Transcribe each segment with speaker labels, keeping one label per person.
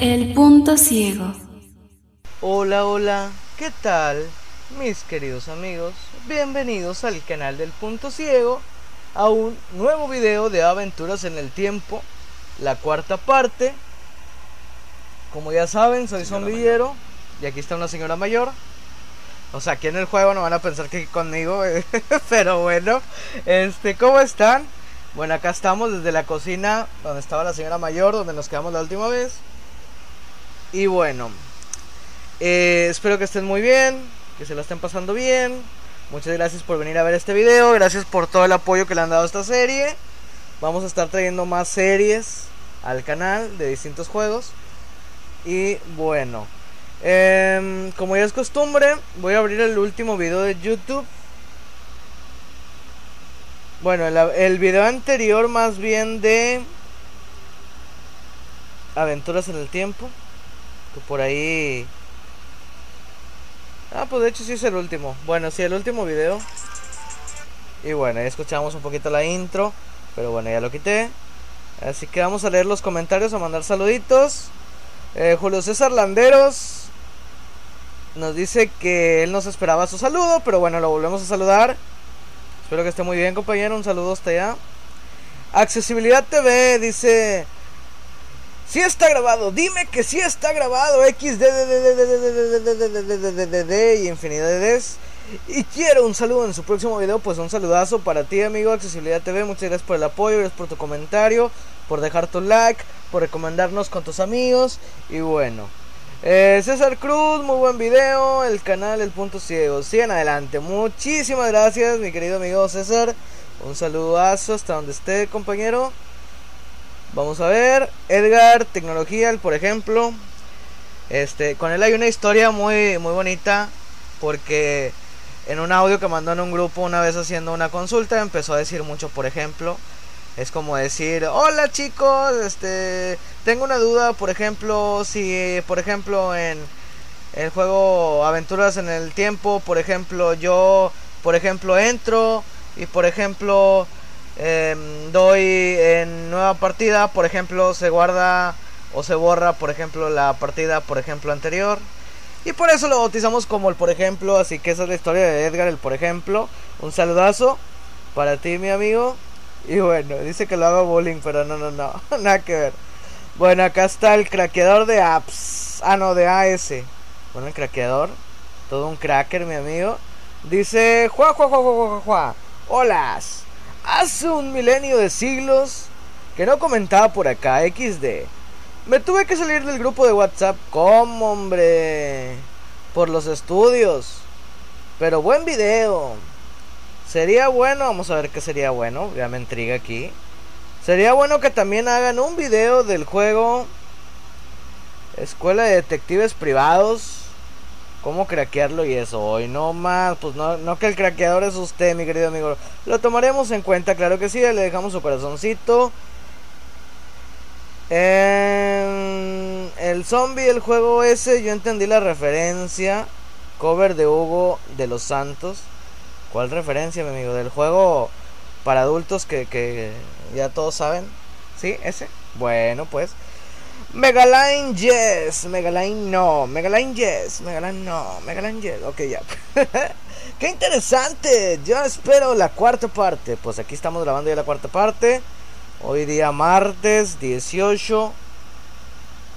Speaker 1: El punto ciego.
Speaker 2: Hola, hola, ¿qué tal? Mis queridos amigos, bienvenidos al canal del punto ciego a un nuevo video de aventuras en el tiempo, la cuarta parte. Como ya saben, soy
Speaker 3: Señora
Speaker 2: zombillero y aquí está una señora mayor. O sea, aquí en el juego no van a pensar que conmigo, pero bueno, este, ¿cómo están? Bueno, acá estamos desde la cocina donde estaba la señora mayor, donde nos quedamos la última vez. Y bueno, eh, espero que estén muy bien, que se la estén pasando bien. Muchas gracias por venir a ver este video, gracias por todo el apoyo que le han dado a esta serie. Vamos a estar trayendo más series al canal de distintos juegos. Y bueno, em, como ya es costumbre, voy a abrir el último video de YouTube. Bueno, el, a- el video anterior más bien de Aventuras en el Tiempo. Que por ahí Ah, pues de hecho sí es el último. Bueno, sí, el último video. Y bueno, ya escuchamos un poquito la intro. Pero bueno, ya lo quité. Así que vamos a leer los comentarios, a mandar saluditos. Eh, Julio César Landeros nos dice que él nos esperaba su saludo, pero bueno, lo volvemos a saludar. Espero que esté muy bien, compañero. Un saludo hasta allá. Accesibilidad TV dice... Si está grabado, dime que si está grabado. XD y infinidad de Ds. Y quiero un saludo en su próximo video, pues un saludazo para ti, amigo Accesibilidad TV. Muchas gracias por el apoyo, gracias por tu comentario, por dejar tu like, por recomendarnos con tus amigos. Y bueno, eh, César Cruz, muy buen video. El canal El Punto Ciego, 100 adelante. Muchísimas gracias, mi querido amigo César. Un saludazo hasta donde esté, compañero. Vamos a ver, Edgar, tecnología, por ejemplo. Este, con él hay una historia muy, muy bonita porque en un audio que mandó en un grupo una vez haciendo una consulta empezó a decir mucho, por ejemplo. Es como decir, hola chicos, este, tengo una duda, por ejemplo, si, por ejemplo, en el juego Aventuras en el Tiempo, por ejemplo, yo, por ejemplo, entro y, por ejemplo, em, doy en nueva partida, por ejemplo, se guarda o se borra, por ejemplo, la partida, por ejemplo, anterior. Y por eso lo bautizamos como el por ejemplo, así que esa es la historia de Edgar, el por ejemplo. Un saludazo para ti, mi amigo. Y bueno, dice que lo hago bullying, pero no, no, no, nada que ver. Bueno, acá está el craqueador de apps. Ah, no, de AS. Bueno, el craqueador. Todo un cracker, mi amigo. Dice, Juá, Juá, Juá, Juá, Juá, Juá, Juá. Holas. Hace un milenio de siglos que no comentaba por acá XD. Me tuve que salir del grupo de WhatsApp. ¿Cómo, hombre? Por los estudios. Pero buen video. Sería bueno, vamos a ver qué sería bueno. Ya me intriga aquí. Sería bueno que también hagan un video del juego Escuela de Detectives Privados. ¿Cómo craquearlo y eso? Hoy no más. Pues no, no que el craqueador es usted, mi querido amigo. Lo tomaremos en cuenta, claro que sí. Le dejamos su corazoncito. Em, el zombie, el juego ese, yo entendí la referencia. Cover de Hugo de los Santos. ¿Cuál referencia, mi amigo? Del juego para adultos que, que ya todos saben. ¿Sí? ¿Ese? Bueno, pues. Megaline yes, Megaline no, Megaline yes, Megaline no, Megaline yes. Ok, ya. ¡Qué interesante! Yo espero la cuarta parte. Pues aquí estamos grabando ya la cuarta parte. Hoy día martes 18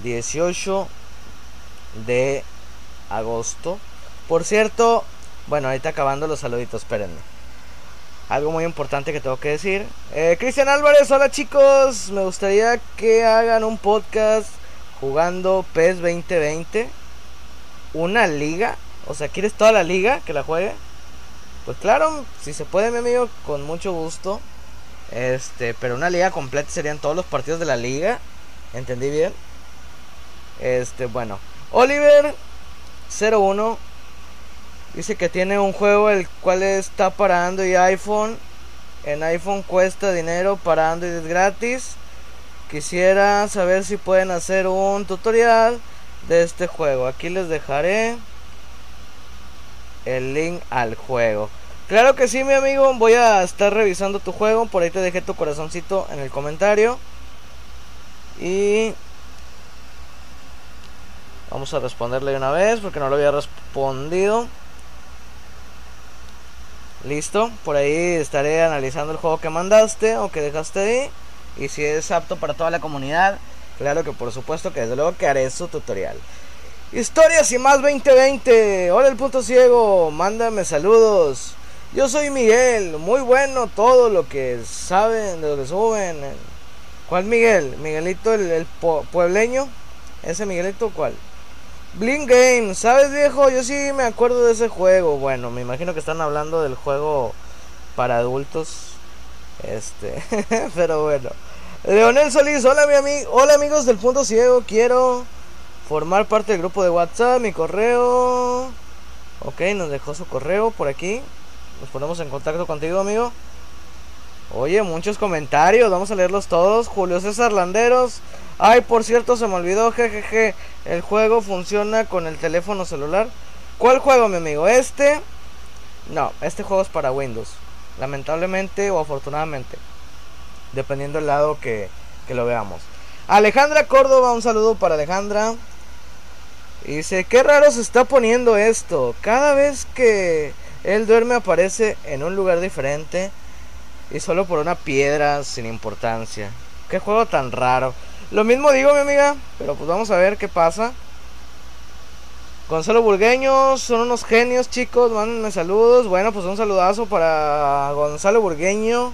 Speaker 2: 18 de agosto. Por cierto, bueno, ahorita acabando los saluditos, espérenme. Algo muy importante que tengo que decir. Eh, Cristian Álvarez, hola chicos. Me gustaría que hagan un podcast jugando PES 2020. Una liga. O sea, ¿quieres toda la liga que la juegue? Pues claro, si se puede, mi amigo, con mucho gusto. Este, pero una liga completa serían todos los partidos de la liga. ¿Entendí bien? Este, bueno. Oliver 01 dice que tiene un juego el cual está para Android y iPhone. En iPhone cuesta dinero, para Android es gratis. Quisiera saber si pueden hacer un tutorial de este juego. Aquí les dejaré el link al juego. Claro que sí, mi amigo. Voy a estar revisando tu juego. Por ahí te dejé tu corazoncito en el comentario. Y vamos a responderle de una vez porque no lo había respondido. Listo, por ahí estaré analizando el juego que mandaste o que dejaste ahí. Y si es apto para toda la comunidad, claro que por supuesto que desde luego que haré su tutorial. Historias y más 2020. Hola el punto ciego, mándame saludos. Yo soy Miguel, muy bueno todo lo que saben, de lo que suben. ¿Cuál Miguel? Miguelito el, el puebleño. Ese Miguelito, ¿cuál? Blink Game, ¿sabes viejo? Yo sí me acuerdo de ese juego. Bueno, me imagino que están hablando del juego para adultos. Este, pero bueno. Leonel Solís, hola mi amigo, hola amigos del Punto Ciego, quiero formar parte del grupo de WhatsApp, mi correo. Ok, nos dejó su correo por aquí. Nos ponemos en contacto contigo, amigo. Oye, muchos comentarios, vamos a leerlos todos. Julio César Landeros. Ay, por cierto, se me olvidó, jejeje. El juego funciona con el teléfono celular. ¿Cuál juego, mi amigo? ¿Este? No, este juego es para Windows. Lamentablemente o afortunadamente. Dependiendo del lado que, que lo veamos. Alejandra Córdoba, un saludo para Alejandra. Y dice, qué raro se está poniendo esto. Cada vez que él duerme aparece en un lugar diferente y solo por una piedra sin importancia. Qué juego tan raro. Lo mismo digo, mi amiga, pero pues vamos a ver qué pasa. Gonzalo Burgueño, son unos genios, chicos, mándenme saludos. Bueno, pues un saludazo para Gonzalo Burgueño.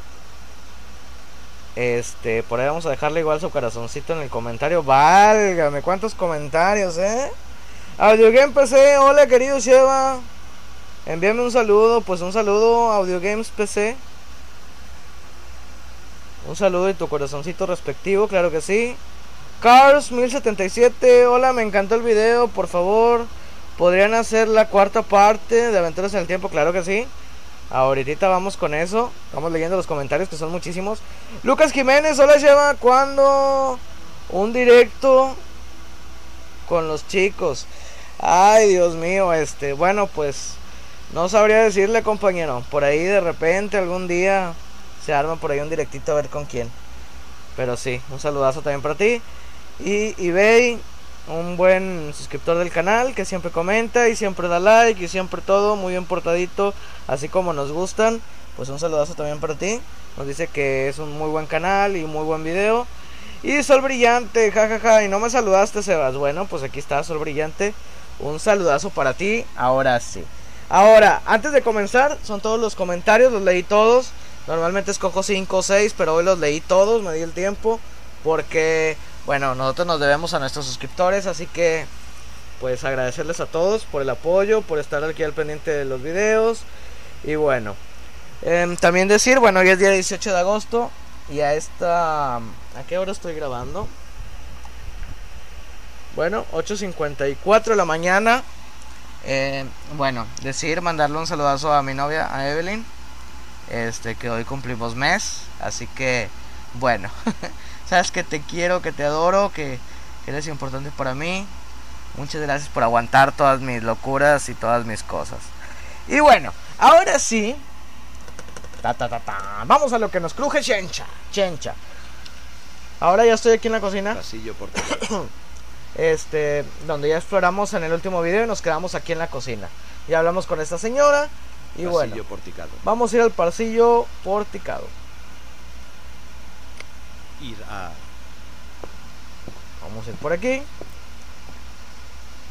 Speaker 2: Este, por ahí vamos a dejarle igual su corazoncito en el comentario. Válgame, cuántos comentarios, eh. Audiogame PC, hola querido Sheva. Envíame un saludo, pues un saludo, Audiogames PC. Un saludo y tu corazoncito respectivo, claro que sí. Cars1077, hola, me encantó el video, por favor. ¿Podrían hacer la cuarta parte de Aventuras en el Tiempo? Claro que sí. Ahorita vamos con eso. Vamos leyendo los comentarios que son muchísimos. Lucas Jiménez, hola lleva cuando un directo con los chicos. Ay, Dios mío, este, bueno, pues no sabría decirle, compañero. Por ahí de repente algún día se arma por ahí un directito a ver con quién. Pero sí, un saludazo también para ti. Y eBay, un buen suscriptor del canal que siempre comenta y siempre da like y siempre todo muy bien portadito, así como nos gustan. Pues un saludazo también para ti. Nos dice que es un muy buen canal y muy buen video. Y Sol Brillante, jajaja, ja, ja, y no me saludaste, Sebas. Bueno, pues aquí está Sol Brillante. Un saludazo para ti, ahora sí. Ahora, antes de comenzar, son todos los comentarios, los leí todos. Normalmente escojo 5 o 6, pero hoy los leí todos, me di el tiempo. Porque, bueno, nosotros nos debemos a nuestros suscriptores, así que, pues agradecerles a todos por el apoyo, por estar aquí al pendiente de los videos. Y bueno, eh, también decir, bueno, hoy es día 18 de agosto y a esta... ¿A qué hora estoy grabando? Bueno, 8.54 de la mañana. Eh, bueno, decir, mandarle un saludazo a mi novia, a Evelyn este que hoy cumplimos mes, así que bueno, sabes que te quiero, que te adoro, que, que, eres importante para mí. Muchas gracias por aguantar todas mis locuras y todas mis cosas. Y bueno, ahora sí, ta, ta, ta, vamos a lo que nos cruje chencha, chencha. Ahora ya estoy aquí en la cocina.
Speaker 3: Pasillo por
Speaker 2: este, donde ya exploramos en el último video y nos quedamos aquí en la cocina. Ya hablamos con esta señora, y bueno,
Speaker 3: porticado.
Speaker 2: vamos a ir al pasillo porticado.
Speaker 3: Ir a.
Speaker 2: Vamos a ir por aquí.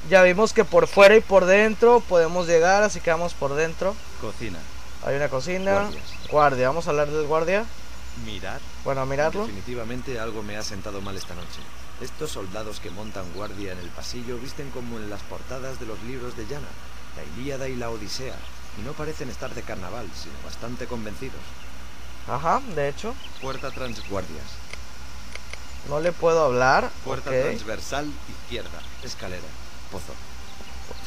Speaker 2: Ya vimos que por fuera y por dentro podemos llegar, así que vamos por dentro.
Speaker 3: Cocina.
Speaker 2: Hay una cocina. Guardias. Guardia, vamos a hablar del guardia.
Speaker 3: Mirar.
Speaker 2: Bueno, a mirarlo.
Speaker 3: Definitivamente algo me ha sentado mal esta noche. Estos soldados que montan guardia en el pasillo visten como en las portadas de los libros de Yana, la Ilíada y la Odisea, y no parecen estar de carnaval, sino bastante convencidos.
Speaker 2: Ajá, de hecho.
Speaker 3: Puerta transguardias.
Speaker 2: No le puedo hablar.
Speaker 3: Puerta
Speaker 2: okay.
Speaker 3: transversal izquierda. Escalera. Pozo.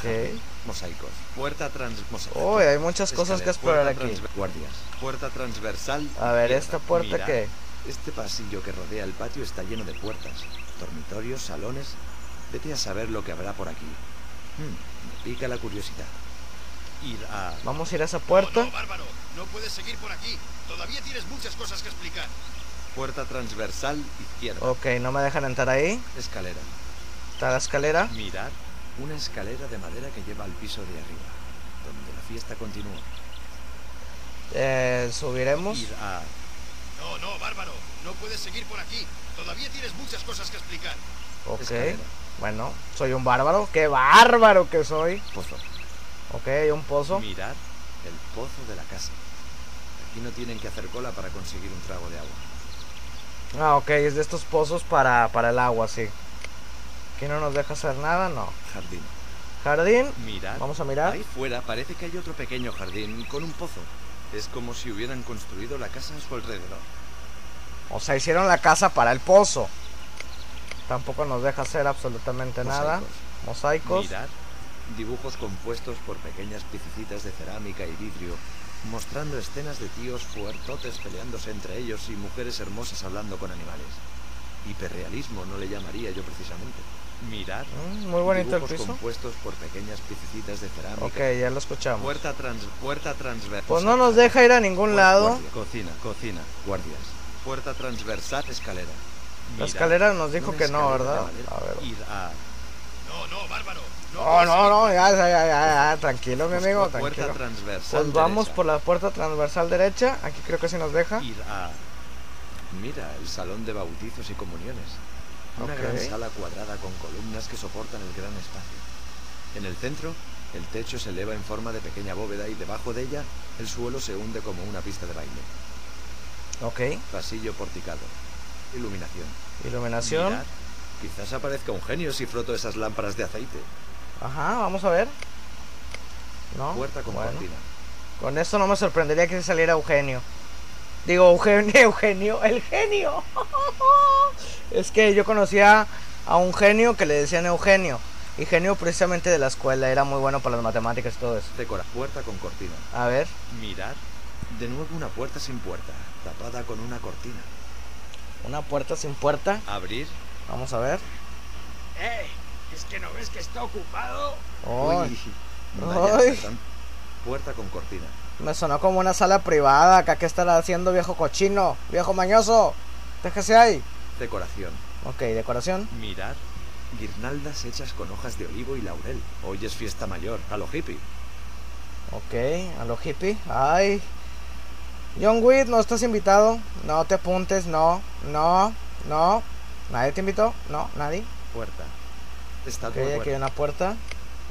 Speaker 2: Okay. Jardín,
Speaker 3: mosaicos. Puerta transmosaico.
Speaker 2: Uy, hay muchas cosas
Speaker 3: escalera,
Speaker 2: que explorar
Speaker 3: puerta
Speaker 2: aquí.
Speaker 3: Guardias. Puerta transversal.
Speaker 2: A ver,
Speaker 3: izquierda,
Speaker 2: ¿esta puerta
Speaker 3: mirar,
Speaker 2: qué?
Speaker 3: Este pasillo que rodea el patio está lleno de puertas, dormitorios, salones. Vete a saber lo que habrá por aquí. Hmm, me pica la curiosidad.
Speaker 4: Ir a...
Speaker 2: Vamos a ir a esa puerta.
Speaker 5: No, no, bárbaro, no puedes seguir por aquí. Todavía tienes muchas cosas que explicar.
Speaker 3: Puerta transversal izquierda.
Speaker 2: Ok, no me dejan entrar ahí.
Speaker 3: Escalera.
Speaker 2: Está la escalera.
Speaker 3: Mirar. Una escalera de madera que lleva al piso de arriba, donde la fiesta continúa.
Speaker 2: Eh, subiremos.
Speaker 3: Ir a...
Speaker 5: No, no, bárbaro, no puedes seguir por aquí. Todavía tienes muchas cosas que explicar.
Speaker 2: Ok.
Speaker 3: Escalera.
Speaker 2: Bueno, soy un bárbaro. ¡Qué bárbaro que soy!
Speaker 3: Pozo.
Speaker 2: Ok, un pozo.
Speaker 3: Mirar el pozo de la casa. Aquí no tienen que hacer cola para conseguir un trago de agua.
Speaker 2: Ah, ok, es de estos pozos para, para el agua, sí. Aquí no nos deja hacer nada, no.
Speaker 3: Jardín.
Speaker 2: Jardín.
Speaker 3: Mirar.
Speaker 2: Vamos a mirar.
Speaker 3: Ahí fuera parece que hay otro pequeño jardín con un pozo. Es como si hubieran construido la casa a su alrededor.
Speaker 2: O sea, hicieron la casa para el pozo. Tampoco nos deja hacer absolutamente nada. Mosaicos.
Speaker 3: Mirad, dibujos compuestos por pequeñas piecitas de cerámica y vidrio, mostrando escenas de tíos fuertotes peleándose entre ellos y mujeres hermosas hablando con animales. Hiperrealismo no le llamaría yo precisamente. Mirad,
Speaker 2: Mm, muy bonito el
Speaker 3: dibujos
Speaker 2: piso.
Speaker 3: compuestos por pequeñas piecitas de cerámica.
Speaker 2: Ok, ya lo escuchamos.
Speaker 3: Puerta trans, puerta transversal.
Speaker 2: Pues no nos deja ir a ningún lado.
Speaker 3: Guardia. Cocina, cocina, guardias. Puerta transversal, escalera.
Speaker 2: La
Speaker 3: Mirad,
Speaker 2: escalera nos dijo
Speaker 3: una
Speaker 2: que no,
Speaker 3: escalera de
Speaker 2: ¿verdad?
Speaker 3: madera.
Speaker 2: A ver.
Speaker 3: Id a
Speaker 5: No, no, bárbaro. No, pues,
Speaker 2: No,
Speaker 5: puedes
Speaker 2: no,
Speaker 5: seguir-
Speaker 2: no, ya, ya, ya, ya, ya, tranquilo, mi amigo,
Speaker 3: Puerta
Speaker 2: tranquilo.
Speaker 3: transversal.
Speaker 2: Pues vamos
Speaker 3: derecha.
Speaker 2: por la puerta transversal derecha. Aquí creo que sí nos deja.
Speaker 3: ir a... Mira, el salón de bautizos y comuniones. Una
Speaker 2: Ok.
Speaker 3: gran sala cuadrada con columnas que soportan el gran espacio. En el centro, el techo se eleva en forma de pequeña bóveda y debajo de ella, el suelo se hunde como una pista de baile.
Speaker 2: Ok.
Speaker 3: Pasillo porticado. Iluminación.
Speaker 2: Iluminación.
Speaker 3: Mirad, quizás aparezca un genio si froto esas lámparas de aceite.
Speaker 2: Ajá, vamos a ver. No.
Speaker 3: Puerta con
Speaker 2: bueno.
Speaker 3: cortina.
Speaker 2: Con esto no me sorprendería que se saliera Eugenio. Digo, Eugenio, Eugenio, el genio. es que yo conocía a un genio que le decían Eugenio. Y genio precisamente de la escuela, era muy bueno para las matemáticas y todo eso.
Speaker 3: Decora. Puerta con cortina.
Speaker 2: A ver,
Speaker 3: Mirad. De nuevo una puerta sin puerta, tapada con una cortina.
Speaker 2: una puerta sin puerta.
Speaker 3: Abrir.
Speaker 2: Vamos a ver.
Speaker 4: ¡Eh! ¿Es que no ves que está ocupado?
Speaker 2: Oh,
Speaker 3: Uy, vaya
Speaker 2: Ay.
Speaker 3: tan- Puerta con cortina.
Speaker 2: me sonó como una sala privada. Acá que estará haciendo viejo cochino, viejo mañoso. Déjese ahí.
Speaker 3: Decoración.
Speaker 2: Ok, decoración.
Speaker 3: Mirar. Guirnaldas hechas con hojas de olivo y laurel. Hoy es fiesta mayor, a lo hippie.
Speaker 2: Ok, a lo hippie. Ay. John Witt, no estás invitado. No te apuntes, no, no, no. ¿Nadie te invitó? No, nadie.
Speaker 3: Puerta.
Speaker 2: Ok,
Speaker 3: Estatua
Speaker 2: aquí hay
Speaker 3: muerta.
Speaker 2: una puerta.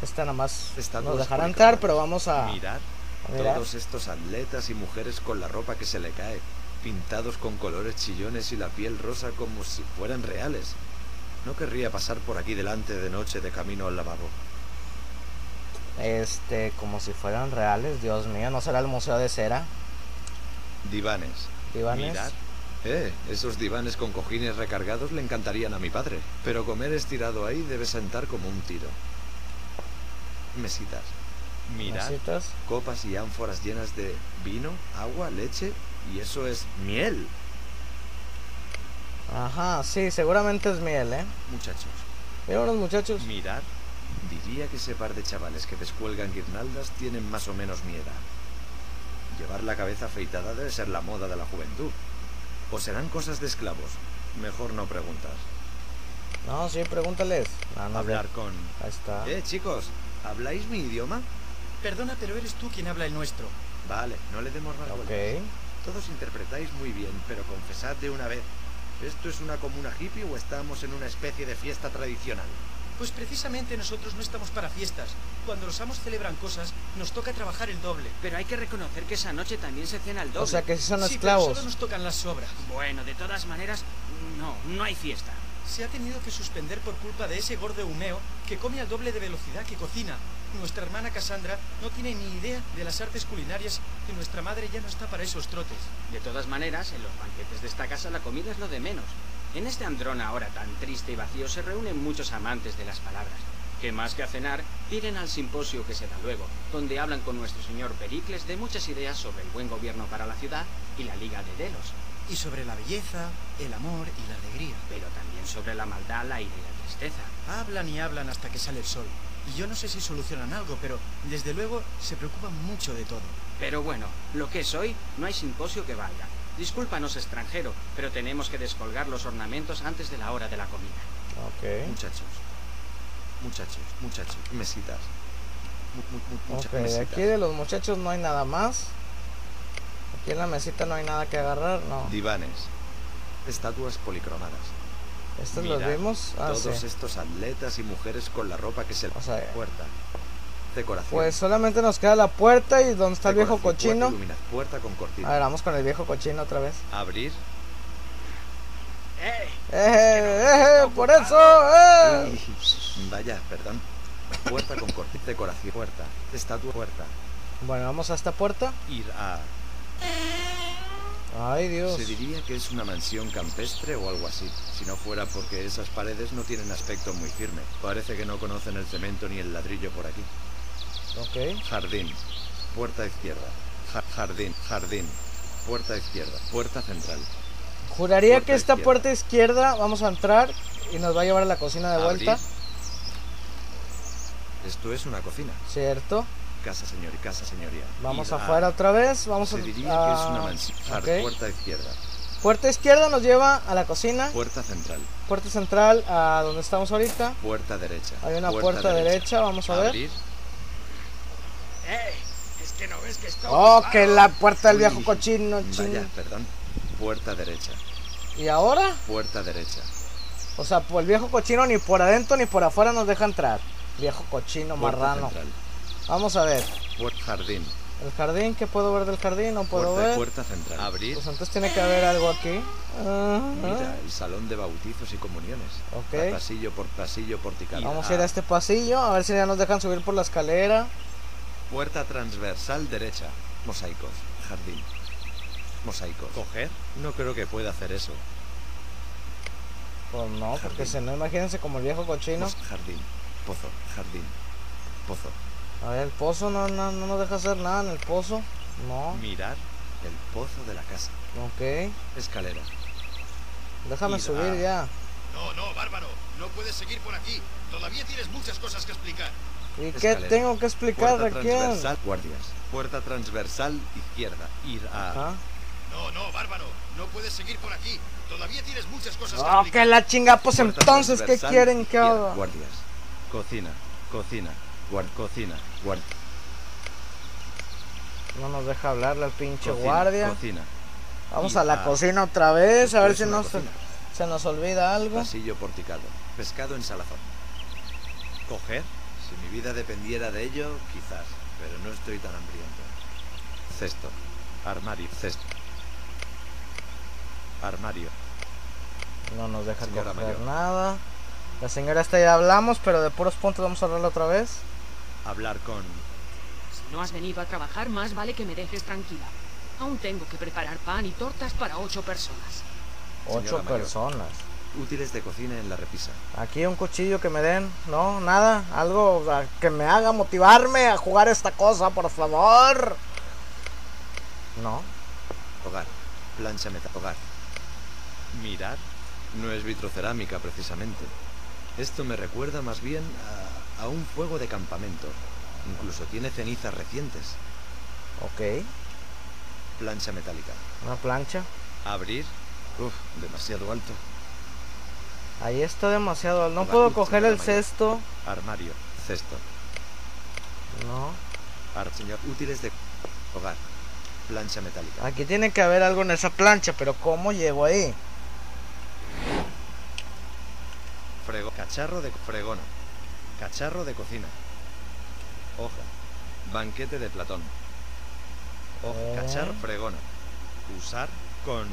Speaker 2: Esta nada más
Speaker 3: Estatuas
Speaker 2: nos dejará
Speaker 3: publicadas.
Speaker 2: entrar, pero vamos a
Speaker 3: Mirad.
Speaker 2: a mirar.
Speaker 3: Todos estos atletas y mujeres con la ropa que se le cae, pintados con colores chillones y la piel rosa como si fueran reales. No querría pasar por aquí delante de noche de camino al lavabo.
Speaker 2: Este, como si fueran reales, Dios mío, ¿no será el museo de cera?
Speaker 3: Divanes.
Speaker 2: Divanes.
Speaker 3: Mirad. Eh, esos divanes con cojines recargados le encantarían a mi padre, pero comer estirado ahí debe sentar como un tiro. Mesitas. Mirad.
Speaker 2: mesitas.
Speaker 3: Copas y ánforas llenas de vino, agua, leche y eso es miel.
Speaker 2: Ajá, sí, seguramente es miel, ¿eh?
Speaker 3: Muchachos,
Speaker 2: Mira unos muchachos.
Speaker 3: mirad. Diría que ese par de chavales que descuelgan guirnaldas tienen más o menos mi edad. Llevar la cabeza afeitada debe ser la moda de la juventud. O serán cosas de esclavos. Mejor no preguntas.
Speaker 2: No, sí, pregúntales. No, no,
Speaker 3: con...
Speaker 2: Ahí está.
Speaker 3: Eh, chicos, ¿habláis mi idioma?
Speaker 4: Perdona, pero eres tú quien habla el nuestro.
Speaker 3: Vale, no le demos más vueltas.
Speaker 2: Ok.
Speaker 3: Todos interpretáis muy bien, pero confesad de una vez. ¿Esto es una comuna hippie o estamos en una especie de fiesta tradicional?
Speaker 4: Pues precisamente nosotros no estamos para fiestas. Cuando los amos celebran cosas, nos toca trabajar el doble.
Speaker 6: Pero hay que reconocer que esa noche también se cena al doble.
Speaker 2: O sea que sí son
Speaker 4: sí, pero
Speaker 2: esclavos.
Speaker 4: solo nos tocan las sobras.
Speaker 6: Bueno, de todas maneras, no, no hay fiesta.
Speaker 4: Se ha tenido que suspender por culpa de ese gordo humeo que come al doble de velocidad que cocina. Nuestra hermana Cassandra no tiene ni idea de las artes culinarias y nuestra madre ya no está para esos trotes.
Speaker 6: De todas maneras, en los banquetes de esta casa la comida es lo de menos. En este andrón ahora tan triste y vacío se reúnen muchos amantes de las palabras, que más que a cenar, vienen al simposio que se da luego, donde hablan con nuestro señor Pericles de muchas ideas sobre el buen gobierno para la ciudad y la Liga de Delos.
Speaker 4: y sobre la belleza, el amor y la alegría.
Speaker 6: pero también sobre la maldad, la ira y la tristeza.
Speaker 4: Hablan y hablan hasta que sale el sol. Y yo no sé si solucionan algo, pero desde luego se preocupan mucho de todo.
Speaker 6: Pero bueno, lo que es hoy, no hay simposio que valga. Discúlpanos, extranjero, pero tenemos que descolgar los ornamentos antes de la hora de la comida.
Speaker 2: Ok.
Speaker 3: Muchachos. Muchachos, muchachos. Mesitas. Mu- mu- mu- muchas
Speaker 2: Ok, de
Speaker 3: mesitas.
Speaker 2: aquí de los muchachos no hay nada más. Aquí en la mesita no hay nada que agarrar, no.
Speaker 3: Divanes. Estatuas policromadas.
Speaker 2: Estos los
Speaker 3: Mirad,
Speaker 2: vimos. Ah,
Speaker 3: Todos
Speaker 2: sí.
Speaker 3: estos atletas y mujeres con la ropa que se
Speaker 2: O sea,
Speaker 3: puerta. Decoración.
Speaker 2: Pues solamente nos queda la puerta y donde está el viejo
Speaker 3: Decoración, puerta,
Speaker 2: cochino. Ah.
Speaker 3: ilumina- puerta con cortina.
Speaker 2: A ver, vamos con el viejo cochino otra vez.
Speaker 3: Abrir.
Speaker 6: ¡Eh!
Speaker 2: ¡Eh, eh, eh! ¡Por eso! ¡Eh!
Speaker 3: Vaya, perdón. Puerta con cortina. Decoración. Puerta. Estatua. Puerta.
Speaker 2: Bueno, vamos a esta puerta.
Speaker 3: Ir a.
Speaker 2: Ay, Dios.
Speaker 3: Se diría que es una mansión campestre o algo así, si no fuera porque esas paredes no tienen aspecto muy firme. Parece que no conocen el cemento ni el ladrillo por aquí.
Speaker 2: Ok.
Speaker 3: Jardín, puerta izquierda. Ja- jardín, jardín, puerta izquierda, puerta central.
Speaker 2: Juraría
Speaker 3: Puerta
Speaker 2: que esta
Speaker 3: izquierda.
Speaker 2: puerta izquierda vamos a entrar y nos va a llevar a la cocina de
Speaker 3: Abrir.
Speaker 2: vuelta.
Speaker 3: Esto es una cocina.
Speaker 2: Cierto.
Speaker 3: Casa señor y casa señoría.
Speaker 2: Vamos
Speaker 3: Ir a-
Speaker 2: afuera otra vez. Vamos
Speaker 3: Se
Speaker 2: a-
Speaker 3: diría
Speaker 2: a...
Speaker 3: que es una mansión. Jar-
Speaker 2: ok.
Speaker 3: Puerta izquierda,
Speaker 2: Puerta izquierda nos lleva a la cocina.
Speaker 3: puerta central,
Speaker 2: Puerta central a donde estamos ahorita.
Speaker 3: puerta derecha.
Speaker 2: Hay una puerta, derecha. vamos a ver.
Speaker 3: Abrir.
Speaker 6: ¡Eh! Es que no ves que estoy.
Speaker 2: Oh, que la puerta del viejo
Speaker 3: Uy,
Speaker 2: cochino,
Speaker 3: Vaya,
Speaker 2: ching.
Speaker 3: perdón. Puerta derecha,
Speaker 2: ¿Y ahora?
Speaker 3: puerta derecha.
Speaker 2: O sea, por el viejo cochino ni por adentro ni por afuera nos deja entrar. Viejo cochino,
Speaker 3: Puerta
Speaker 2: marrano.
Speaker 3: central,
Speaker 2: Vamos a ver.
Speaker 3: puer- jardín,
Speaker 2: El jardín, ¿qué puedo ver del jardín? No puedo
Speaker 3: puerta,
Speaker 2: ver.
Speaker 3: puerta central. Abrir.
Speaker 2: Pues entonces tiene que haber algo aquí. Ah,
Speaker 3: Mira, el salón de bautizos y comuniones.
Speaker 2: Ok.
Speaker 3: Pa- Pasillo por pasillo porticado.
Speaker 2: Vamos a ir a este pasillo, a ver si ya nos dejan subir por la escalera.
Speaker 3: Puerta transversal derecha. Mosaicos. Jardín. Mosaicos. ¿Coger? No creo que pueda hacer eso.
Speaker 2: Pues no, porque
Speaker 3: Jardín.
Speaker 2: si no, imagínense como el viejo cochino.
Speaker 3: Mos- Jardín. Pozo. Jardín. Pozo.
Speaker 2: A ver, el pozo no, no, no nos deja hacer nada en el pozo. No,
Speaker 3: Mirar el pozo de la casa.
Speaker 2: ok.
Speaker 3: Escalera.
Speaker 2: Déjame
Speaker 3: Ir
Speaker 2: subir
Speaker 3: a-
Speaker 2: ya.
Speaker 5: No, no, bárbaro. No puedes seguir por aquí. Todavía tienes muchas cosas que explicar.
Speaker 2: ¿Y qué
Speaker 3: Escalera.
Speaker 2: tengo que explicar,
Speaker 3: Puerta
Speaker 2: Raquel?
Speaker 3: transversal. Guardias. Puerta transversal izquierda. Ir a.
Speaker 2: Ajá.
Speaker 5: No, no, bárbaro. No puedes seguir por aquí. Todavía tienes muchas cosas que
Speaker 2: Oh,
Speaker 5: explicar.
Speaker 2: que la chinga, pues
Speaker 3: Puerta
Speaker 2: entonces, ¿qué
Speaker 3: transversal
Speaker 2: quieren que
Speaker 3: izquierda.
Speaker 2: haga?
Speaker 3: Guardias. Cocina. Cocina. Guard cocina. Guard
Speaker 2: No nos deja hablarle al pinche
Speaker 3: cocina,
Speaker 2: guardia.
Speaker 3: Cocina.
Speaker 2: Vamos
Speaker 3: Y
Speaker 2: a la
Speaker 3: a-
Speaker 2: cocina otra vez, a ver
Speaker 3: Esto
Speaker 2: si
Speaker 3: es una
Speaker 2: no se,
Speaker 3: cocina.
Speaker 2: se nos olvida algo.
Speaker 3: Pasillo porticado. Pescado en salazón. ¿Coger? Si mi vida dependiera de ello, quizás, pero no estoy tan hambriento. Cesto. Armario. Cesto. Armario.
Speaker 2: No nos deja
Speaker 3: Señora
Speaker 2: coger
Speaker 3: mayor.
Speaker 2: nada. La señora esta ya hablamos, pero de puros puntos vamos a hablar otra vez.
Speaker 3: Hablar con...
Speaker 7: Si no has venido a trabajar, más vale que me dejes tranquila. Aún tengo que preparar pan y tortas para ocho personas.
Speaker 3: Señora
Speaker 2: Ocho
Speaker 3: mayor.
Speaker 2: personas.
Speaker 3: Útiles de cocina en la repisa.
Speaker 2: Aquí un cuchillo que me den. No, nada. Algo o sea, que me haga motivarme a jugar esta cosa, por favor. No.
Speaker 3: Hogar. Plancha meta. Hogar. Mirar. No es vitrocerámica, precisamente. Esto me recuerda más bien a, a un fuego de campamento. Incluso tiene cenizas recientes.
Speaker 2: Ok.
Speaker 3: Plancha metálica.
Speaker 2: Una plancha.
Speaker 3: Abrir. Uf, demasiado alto.
Speaker 2: Ahí está demasiado. No
Speaker 3: Hogar,
Speaker 2: puedo
Speaker 3: señora
Speaker 2: coger el
Speaker 3: mayor.
Speaker 2: cesto.
Speaker 3: Armario. Cesto.
Speaker 2: No.
Speaker 3: Ar- señor. Útiles de hogar. Plancha metálica.
Speaker 2: Aquí tiene que haber algo en esa plancha, pero ¿cómo llego ahí?
Speaker 3: Frego. Cacharro de fregona. Cacharro de cocina. Hoja. Banquete de Platón. Hoja.
Speaker 2: Eh.
Speaker 3: Cacharro fregona. Usar con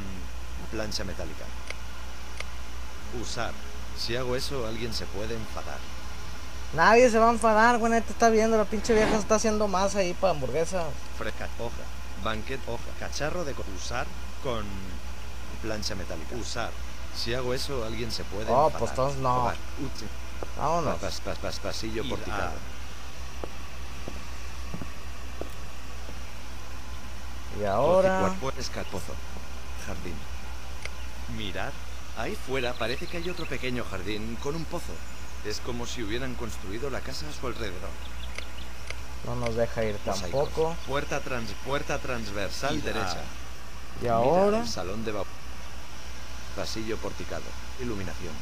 Speaker 3: plancha metálica. Usar. Si hago eso, alguien se puede enfadar.
Speaker 2: Nadie se va a enfadar, güey. Te está viendo, la pinche vieja se está haciendo más ahí para hamburguesa.
Speaker 3: Freca, hoja, banquet, hoja, cacharro de co- usar con plancha metálica. Usar. Si hago eso, alguien se puede.
Speaker 2: Oh,
Speaker 3: enfadar.
Speaker 2: pues entonces no.
Speaker 3: Hogar, ut-
Speaker 2: Vámonos.
Speaker 3: pas- pas- pas- pasillo
Speaker 6: Ir
Speaker 3: porticado.
Speaker 2: Y ahora.
Speaker 3: Porticuar- puer- escapozo. Jardín. Mirad, ahí fuera parece que hay otro pequeño jardín con un pozo. Es como si hubieran construido la casa a su alrededor.
Speaker 2: No nos deja ir
Speaker 3: Mosaicos.
Speaker 2: tampoco.
Speaker 3: Puerta, trans, puerta transversal
Speaker 5: Ida.
Speaker 3: derecha.
Speaker 2: Y
Speaker 3: Mira,
Speaker 2: ahora.
Speaker 3: el salón de bau- Pasillo porticado. Iluminación.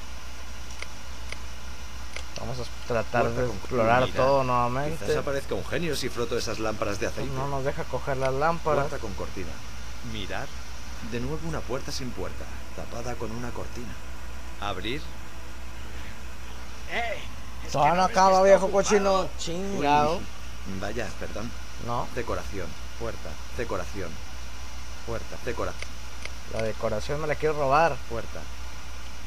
Speaker 2: Vamos a tratar
Speaker 3: Puerta
Speaker 2: de
Speaker 3: con
Speaker 2: explorar
Speaker 3: comida.
Speaker 2: todo
Speaker 3: Quizás
Speaker 2: nuevamente.
Speaker 3: aparezca un genio si froto esas lámparas de aceite.
Speaker 2: Pues No nos deja coger las lámparas.
Speaker 3: Puerta con cortina. Mirar. De nuevo una puerta sin puerta, tapada con una cortina. Abrir.
Speaker 6: ¡Eh! Es que
Speaker 2: Todo no
Speaker 6: ves que
Speaker 2: acaba,
Speaker 6: está
Speaker 2: viejo
Speaker 6: ocupado.
Speaker 2: cochino. Chingado.
Speaker 3: Vaya, perdón.
Speaker 2: No,
Speaker 3: Decoración. Puerta. Decoración. Puerta. Decoración.
Speaker 2: la decoración me la quiero robar.
Speaker 3: Puerta.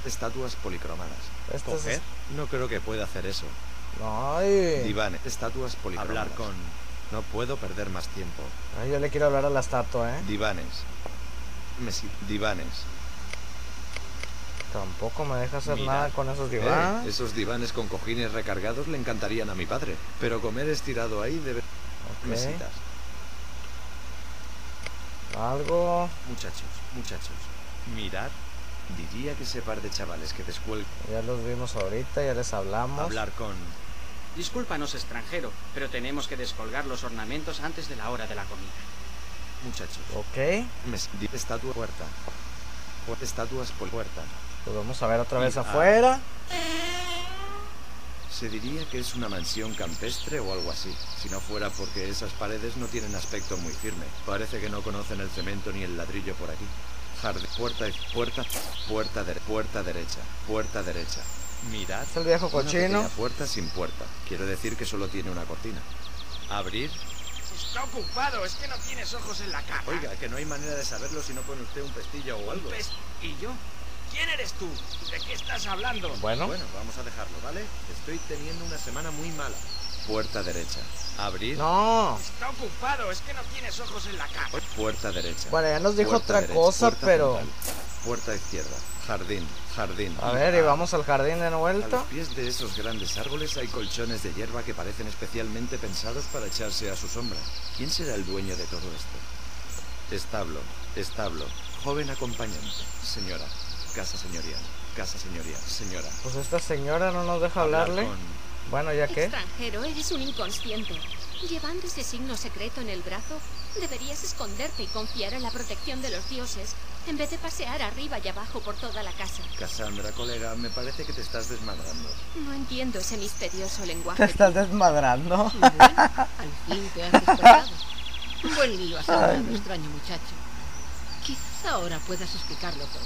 Speaker 3: Estatuas policromadas.
Speaker 2: Esto es- Eh.
Speaker 3: ¿Coger? No creo que pueda hacer eso.
Speaker 2: No, ay.
Speaker 3: Diván. Estatuas policromadas.
Speaker 5: Hablar con-
Speaker 3: No puedo perder más tiempo.
Speaker 2: Ay, yo le quiero hablar a la estatua, ¿eh?
Speaker 3: Divanes. Mesi- Divanes.
Speaker 2: Tampoco me deja hacer
Speaker 3: Mira.
Speaker 2: nada con esos
Speaker 3: Eh,
Speaker 2: divanes.
Speaker 3: esos divanes con cojines recargados le encantarían a mi padre. Pero comer estirado ahí debe...
Speaker 2: Ok.
Speaker 3: Mesitas.
Speaker 2: Algo.
Speaker 3: Muchachos, muchachos. Mirad. Diría que ese par de chavales que descuelgan.
Speaker 2: Ya los vimos ahorita, ya les hablamos.
Speaker 5: Hablar con...
Speaker 6: Discúlpanos, extranjero, pero tenemos que descolgar los ornamentos antes de la hora de la comida.
Speaker 3: Muchachos.
Speaker 2: Ok.
Speaker 3: Mes- di- Estatua puerta. Pu- Estatuas por puerta.
Speaker 2: Pues vamos a ver otra vez
Speaker 3: Y- ah.
Speaker 2: afuera.
Speaker 3: Se diría que es una mansión campestre o algo así, si no fuera porque esas paredes no tienen aspecto muy firme. Parece que no conocen el cemento ni el ladrillo por aquí. Jardín, puerta, y- puerta, puerta, dere- puerta derecha, puerta derecha. Mirad.
Speaker 2: Es el viejo
Speaker 3: una
Speaker 2: cochino.
Speaker 3: pequeña puerta sin puerta. Quiero decir que solo tiene una cortina. Abrir.
Speaker 5: Está ocupado, es que no tienes ojos en la cara.
Speaker 3: Oiga, que no hay manera de saberlo si no pone usted un pestillo o algo.
Speaker 5: Pues, ¿Y yo? ¿Quién eres tú? ¿De qué estás hablando?
Speaker 2: Bueno,
Speaker 3: Bueno, vamos a dejarlo, ¿vale? Estoy teniendo una semana muy mala. Puerta derecha. Abrir.
Speaker 2: no.
Speaker 5: Está ocupado, es que no tienes ojos en la cara.
Speaker 3: Puerta derecha.
Speaker 2: Bueno, ya nos dijo
Speaker 3: Puerta
Speaker 2: otra
Speaker 3: derecha,
Speaker 2: cosa,
Speaker 3: puerta
Speaker 2: pero.
Speaker 3: central, puerta izquierda. Jardín. Jardín.
Speaker 2: A ver, y vamos al jardín de
Speaker 3: Ah. A los
Speaker 2: vuelta.
Speaker 3: pies de esos grandes árboles hay colchones de hierba que parecen especialmente pensados para echarse a su sombra. ¿Quién será el dueño de todo esto? Establo, establo, joven acompañante, señora, casa señorial, casa señorial, señora.
Speaker 2: Pues esta señora no nos deja hablarle. Bueno, ya que.
Speaker 8: Extranjero, eres un inconsciente. Llevando ese signo secreto en el brazo, deberías esconderte y confiar en la protección de los dioses, en vez de pasear arriba y abajo por toda la casa.
Speaker 3: Cassandra, colega, me parece que te estás desmadrando.
Speaker 8: No entiendo ese misterioso lenguaje.
Speaker 2: Te estás desmadrando.
Speaker 9: Y bueno, al fin te has despertado. Un buen lío has armado, extraño muchacho. Quizá ahora puedas explicarlo todo.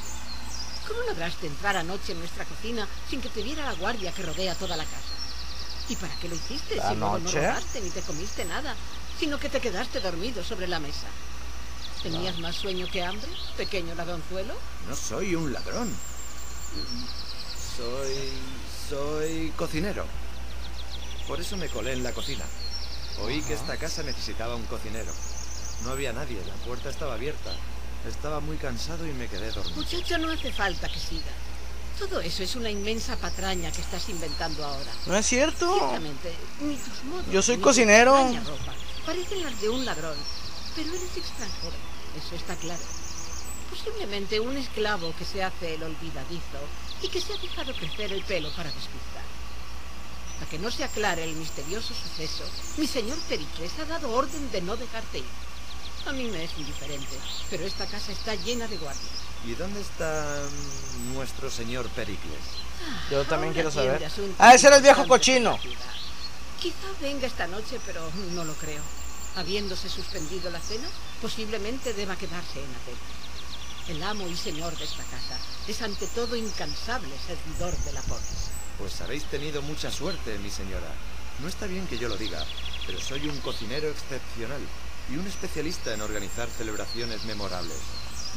Speaker 9: ¿Cómo lograste entrar anoche en nuestra cocina sin que te viera la guardia que rodea toda la casa? ¿Y para qué lo hiciste si luego no
Speaker 2: ¿Anoche?
Speaker 9: robaste ni te comiste nada, sino que te quedaste dormido sobre la mesa? ¿Tenías más sueño que hambre, pequeño ladronzuelo?
Speaker 3: No soy un ladrón. Soy. soy cocinero. Por eso me colé en la cocina. Oí que esta casa necesitaba un cocinero. No había nadie, la puerta estaba abierta. Estaba muy cansado y me quedé dormido.
Speaker 9: Muchacho, no hace falta que siga. Todo eso es una inmensa patraña que estás inventando ahora.
Speaker 2: No es cierto.
Speaker 9: Ciertamente, ni tus modos,
Speaker 2: Yo soy
Speaker 9: ni tu
Speaker 2: cocinero.
Speaker 9: extraña ropa Parecen las de un ladrón, pero eres extranjero, eso está claro. Posiblemente un esclavo que se hace el olvidadizo y que se ha dejado crecer el pelo para despistar. Hasta que no se aclare el misterioso suceso, mi señor Pericles ha dado orden de no dejarte ir. A mí me es indiferente, pero esta casa está llena de guardias.
Speaker 3: ¿Y dónde está mm, nuestro señor Pericles?
Speaker 2: Yo también
Speaker 9: Ahora
Speaker 2: quiero
Speaker 9: tiene
Speaker 2: saber.
Speaker 9: asuntos
Speaker 2: Ah, ese era el viejo
Speaker 9: importantes en la
Speaker 2: cochino.
Speaker 9: ciudad. Quizá venga esta noche, pero no lo creo. Habiéndose suspendido la cena, posiblemente deba quedarse en Atenas. El amo y señor de esta casa es ante todo incansable servidor de la polis.
Speaker 3: Pues habéis tenido mucha suerte, mi señora. No está bien que yo lo diga, pero soy un cocinero excepcional y un especialista en organizar celebraciones memorables.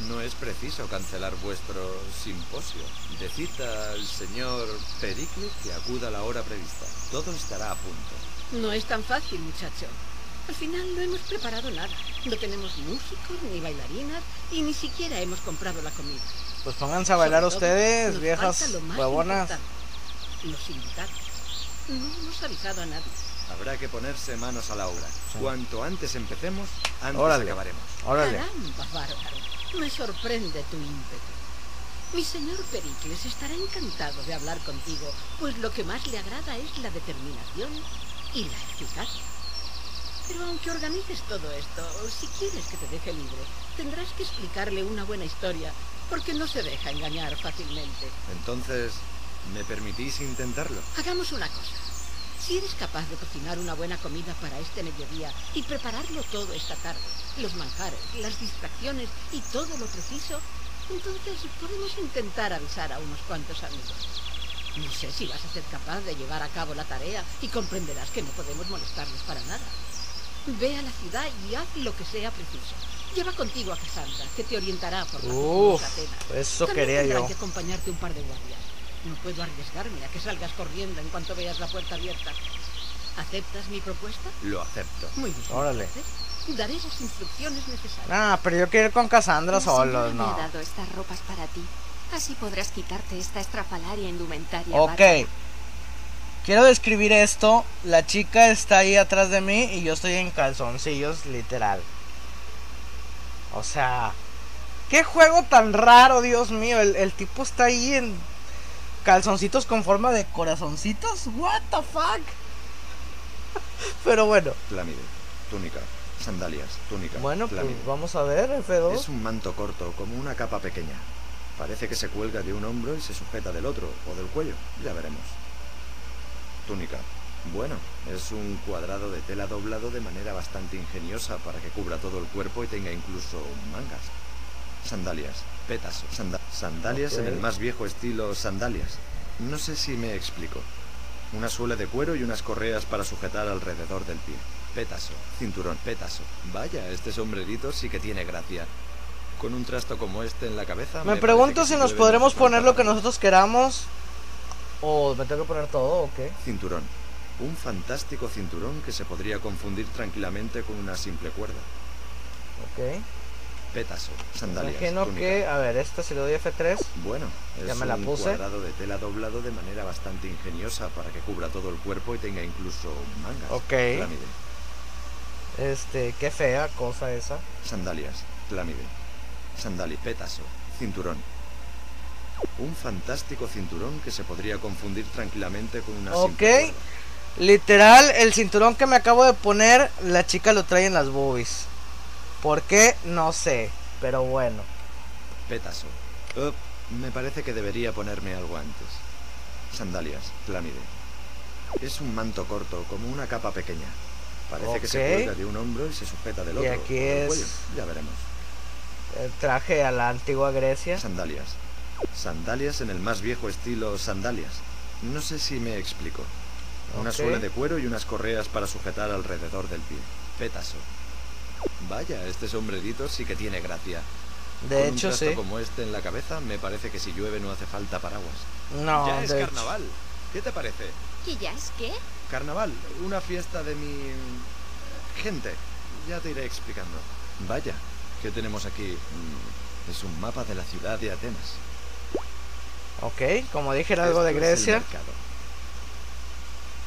Speaker 3: No es preciso cancelar vuestro simposio. Decid al señor Pericles que acuda a la hora prevista. Todo estará a punto.
Speaker 9: No es tan fácil, muchacho. Al final no hemos preparado nada. No tenemos músicos, ni bailarinas, y ni siquiera hemos comprado la comida.
Speaker 2: Pues pónganse a bailar
Speaker 9: Sobre todo,
Speaker 2: ustedes,
Speaker 9: nos
Speaker 2: viejas
Speaker 9: falta lo más
Speaker 2: huevonas.
Speaker 9: importante, Los invitados. No hemos avisado a nadie.
Speaker 3: Habrá que ponerse manos a la obra. Cuanto antes empecemos, antes
Speaker 2: Órale.
Speaker 3: acabaremos.
Speaker 2: Órale.
Speaker 9: Caramba, bárbaro. Me sorprende tu ímpetu. Mi señor Pericles estará encantado de hablar contigo, pues lo que más le agrada es la determinación y la eficacia. Pero aunque organices todo esto, si quieres que te deje libre, tendrás que explicarle una buena historia, porque no se deja engañar fácilmente.
Speaker 3: Entonces, ¿me permitís intentarlo?
Speaker 9: Hagamos una cosa. Si eres capaz de cocinar una buena comida para este mediodía y prepararlo todo esta tarde, los manjares, las distracciones y todo lo preciso, entonces podemos intentar avisar a unos cuantos amigos. No sé si vas a ser capaz de llevar a cabo la tarea y comprenderás que no podemos molestarles para nada. Ve a la ciudad y haz lo que sea preciso. Lleva contigo a Cassandra, que te orientará por la
Speaker 2: Uf,
Speaker 9: fabulosa cena.
Speaker 2: eso
Speaker 9: También
Speaker 2: quería
Speaker 9: tendrá
Speaker 2: yo.
Speaker 9: que acompañarte un par de guardias. No puedo arriesgarme a que salgas corriendo en cuanto veas la puerta abierta. ¿Aceptas mi propuesta?
Speaker 3: Lo acepto.
Speaker 9: Muy bien.
Speaker 2: Órale.
Speaker 9: entonces, daré las instrucciones necesarias.
Speaker 2: Ah, pero yo quiero ir con Cassandra
Speaker 8: La señora
Speaker 2: solo,
Speaker 8: me ha
Speaker 2: no.
Speaker 8: dado estas ropas para ti. Así podrás quitarte esta estrafalaria indumentaria.
Speaker 2: Ok.
Speaker 8: bárbara.
Speaker 2: Quiero describir esto. La chica está ahí atrás de mí y yo estoy en calzoncillos, literal. O sea, qué juego tan raro, Dios mío. El, el tipo está ahí en calzoncitos con forma de corazoncitos. What the fuck? Pero bueno,
Speaker 3: Clámide, túnica, sandalias, túnica.
Speaker 2: bueno, pues
Speaker 3: clámide.
Speaker 2: vamos a ver, F2.
Speaker 3: Es un manto corto, como una capa pequeña. Parece que se cuelga de un hombro y se sujeta del otro, o del cuello, ya veremos. Túnica. Bueno, es un cuadrado de tela doblado de manera bastante ingeniosa para que cubra todo el cuerpo y tenga incluso mangas. Sandalias, petas, sanda- sandalias en el
Speaker 2: Ok.
Speaker 3: más viejo estilo sandalias. No sé si me explico. Una suela de cuero y unas correas para sujetar alrededor del pie. Pétaso, cinturón, pétaso. Vaya, este sombrerito sí que tiene gracia. Con un trasto como este en la cabeza.
Speaker 2: Me
Speaker 3: parece
Speaker 2: pregunto
Speaker 3: que
Speaker 2: si
Speaker 3: sin
Speaker 2: nos
Speaker 3: llueve no
Speaker 2: podremos
Speaker 3: hace
Speaker 2: poner
Speaker 3: falta
Speaker 2: lo que
Speaker 3: nada.
Speaker 2: nosotros queramos. O me tengo que poner todo, ¿o qué?
Speaker 3: Cinturón. Un fantástico cinturón que se podría confundir tranquilamente con una simple cuerda.
Speaker 2: Ok.
Speaker 3: Pétaso,
Speaker 2: Me
Speaker 3: sandalias.
Speaker 2: imagino
Speaker 3: túnica.
Speaker 2: que, a ver, esta si le doy F3.
Speaker 3: Bueno, es
Speaker 2: Ya me la
Speaker 3: un
Speaker 2: puse.
Speaker 3: cuadrado de tela doblado de manera bastante ingeniosa para que cubra todo el cuerpo y tenga incluso mangas.
Speaker 2: Ok.
Speaker 3: Clámide.
Speaker 2: Este, qué fea cosa esa.
Speaker 3: Sandalias, clámide, sandali, pétaso, cinturón. Un fantástico cinturón que se podría confundir tranquilamente con una simple
Speaker 2: Ok. Literal, el cinturón que me acabo de poner, la chica lo trae en las boobies. ¿Por qué? No sé. Pero bueno.
Speaker 3: cuerda. pétaso. Eh, me parece que debería ponerme algo antes. Sandalias, clámide. Es un manto corto, como una capa pequeña. Parece que se
Speaker 2: Ok.
Speaker 3: cuelga de un hombro y se sujeta del
Speaker 2: Y
Speaker 3: otro.
Speaker 2: aquí
Speaker 3: o del
Speaker 2: es-
Speaker 3: cuello. Ya veremos.
Speaker 2: El traje a la antigua Grecia.
Speaker 3: Sandalias. Sandalias en el más viejo estilo sandalias. No sé si me explico. Una
Speaker 2: Ok.
Speaker 3: suela de cuero y unas correas para sujetar alrededor del pie. Pétaso. Vaya, este sombrerito sí que tiene gracia.
Speaker 2: De
Speaker 3: Con un
Speaker 2: hecho,
Speaker 3: trasto
Speaker 2: sí.
Speaker 3: como este en la cabeza, me parece que si llueve no hace falta paraguas.
Speaker 2: No,
Speaker 3: ya es
Speaker 2: de hecho.
Speaker 3: carnaval. ¿Qué te parece?
Speaker 8: ¿Que ya es qué?
Speaker 3: Carnaval, una fiesta de mi... eh, gente. Ya te iré explicando. Vaya, ¿qué tenemos aquí? Mm, Es un mapa de la ciudad de Atenas.
Speaker 2: Ok, como dije, era algo de
Speaker 3: Esto es el
Speaker 2: Grecia.
Speaker 3: mercado.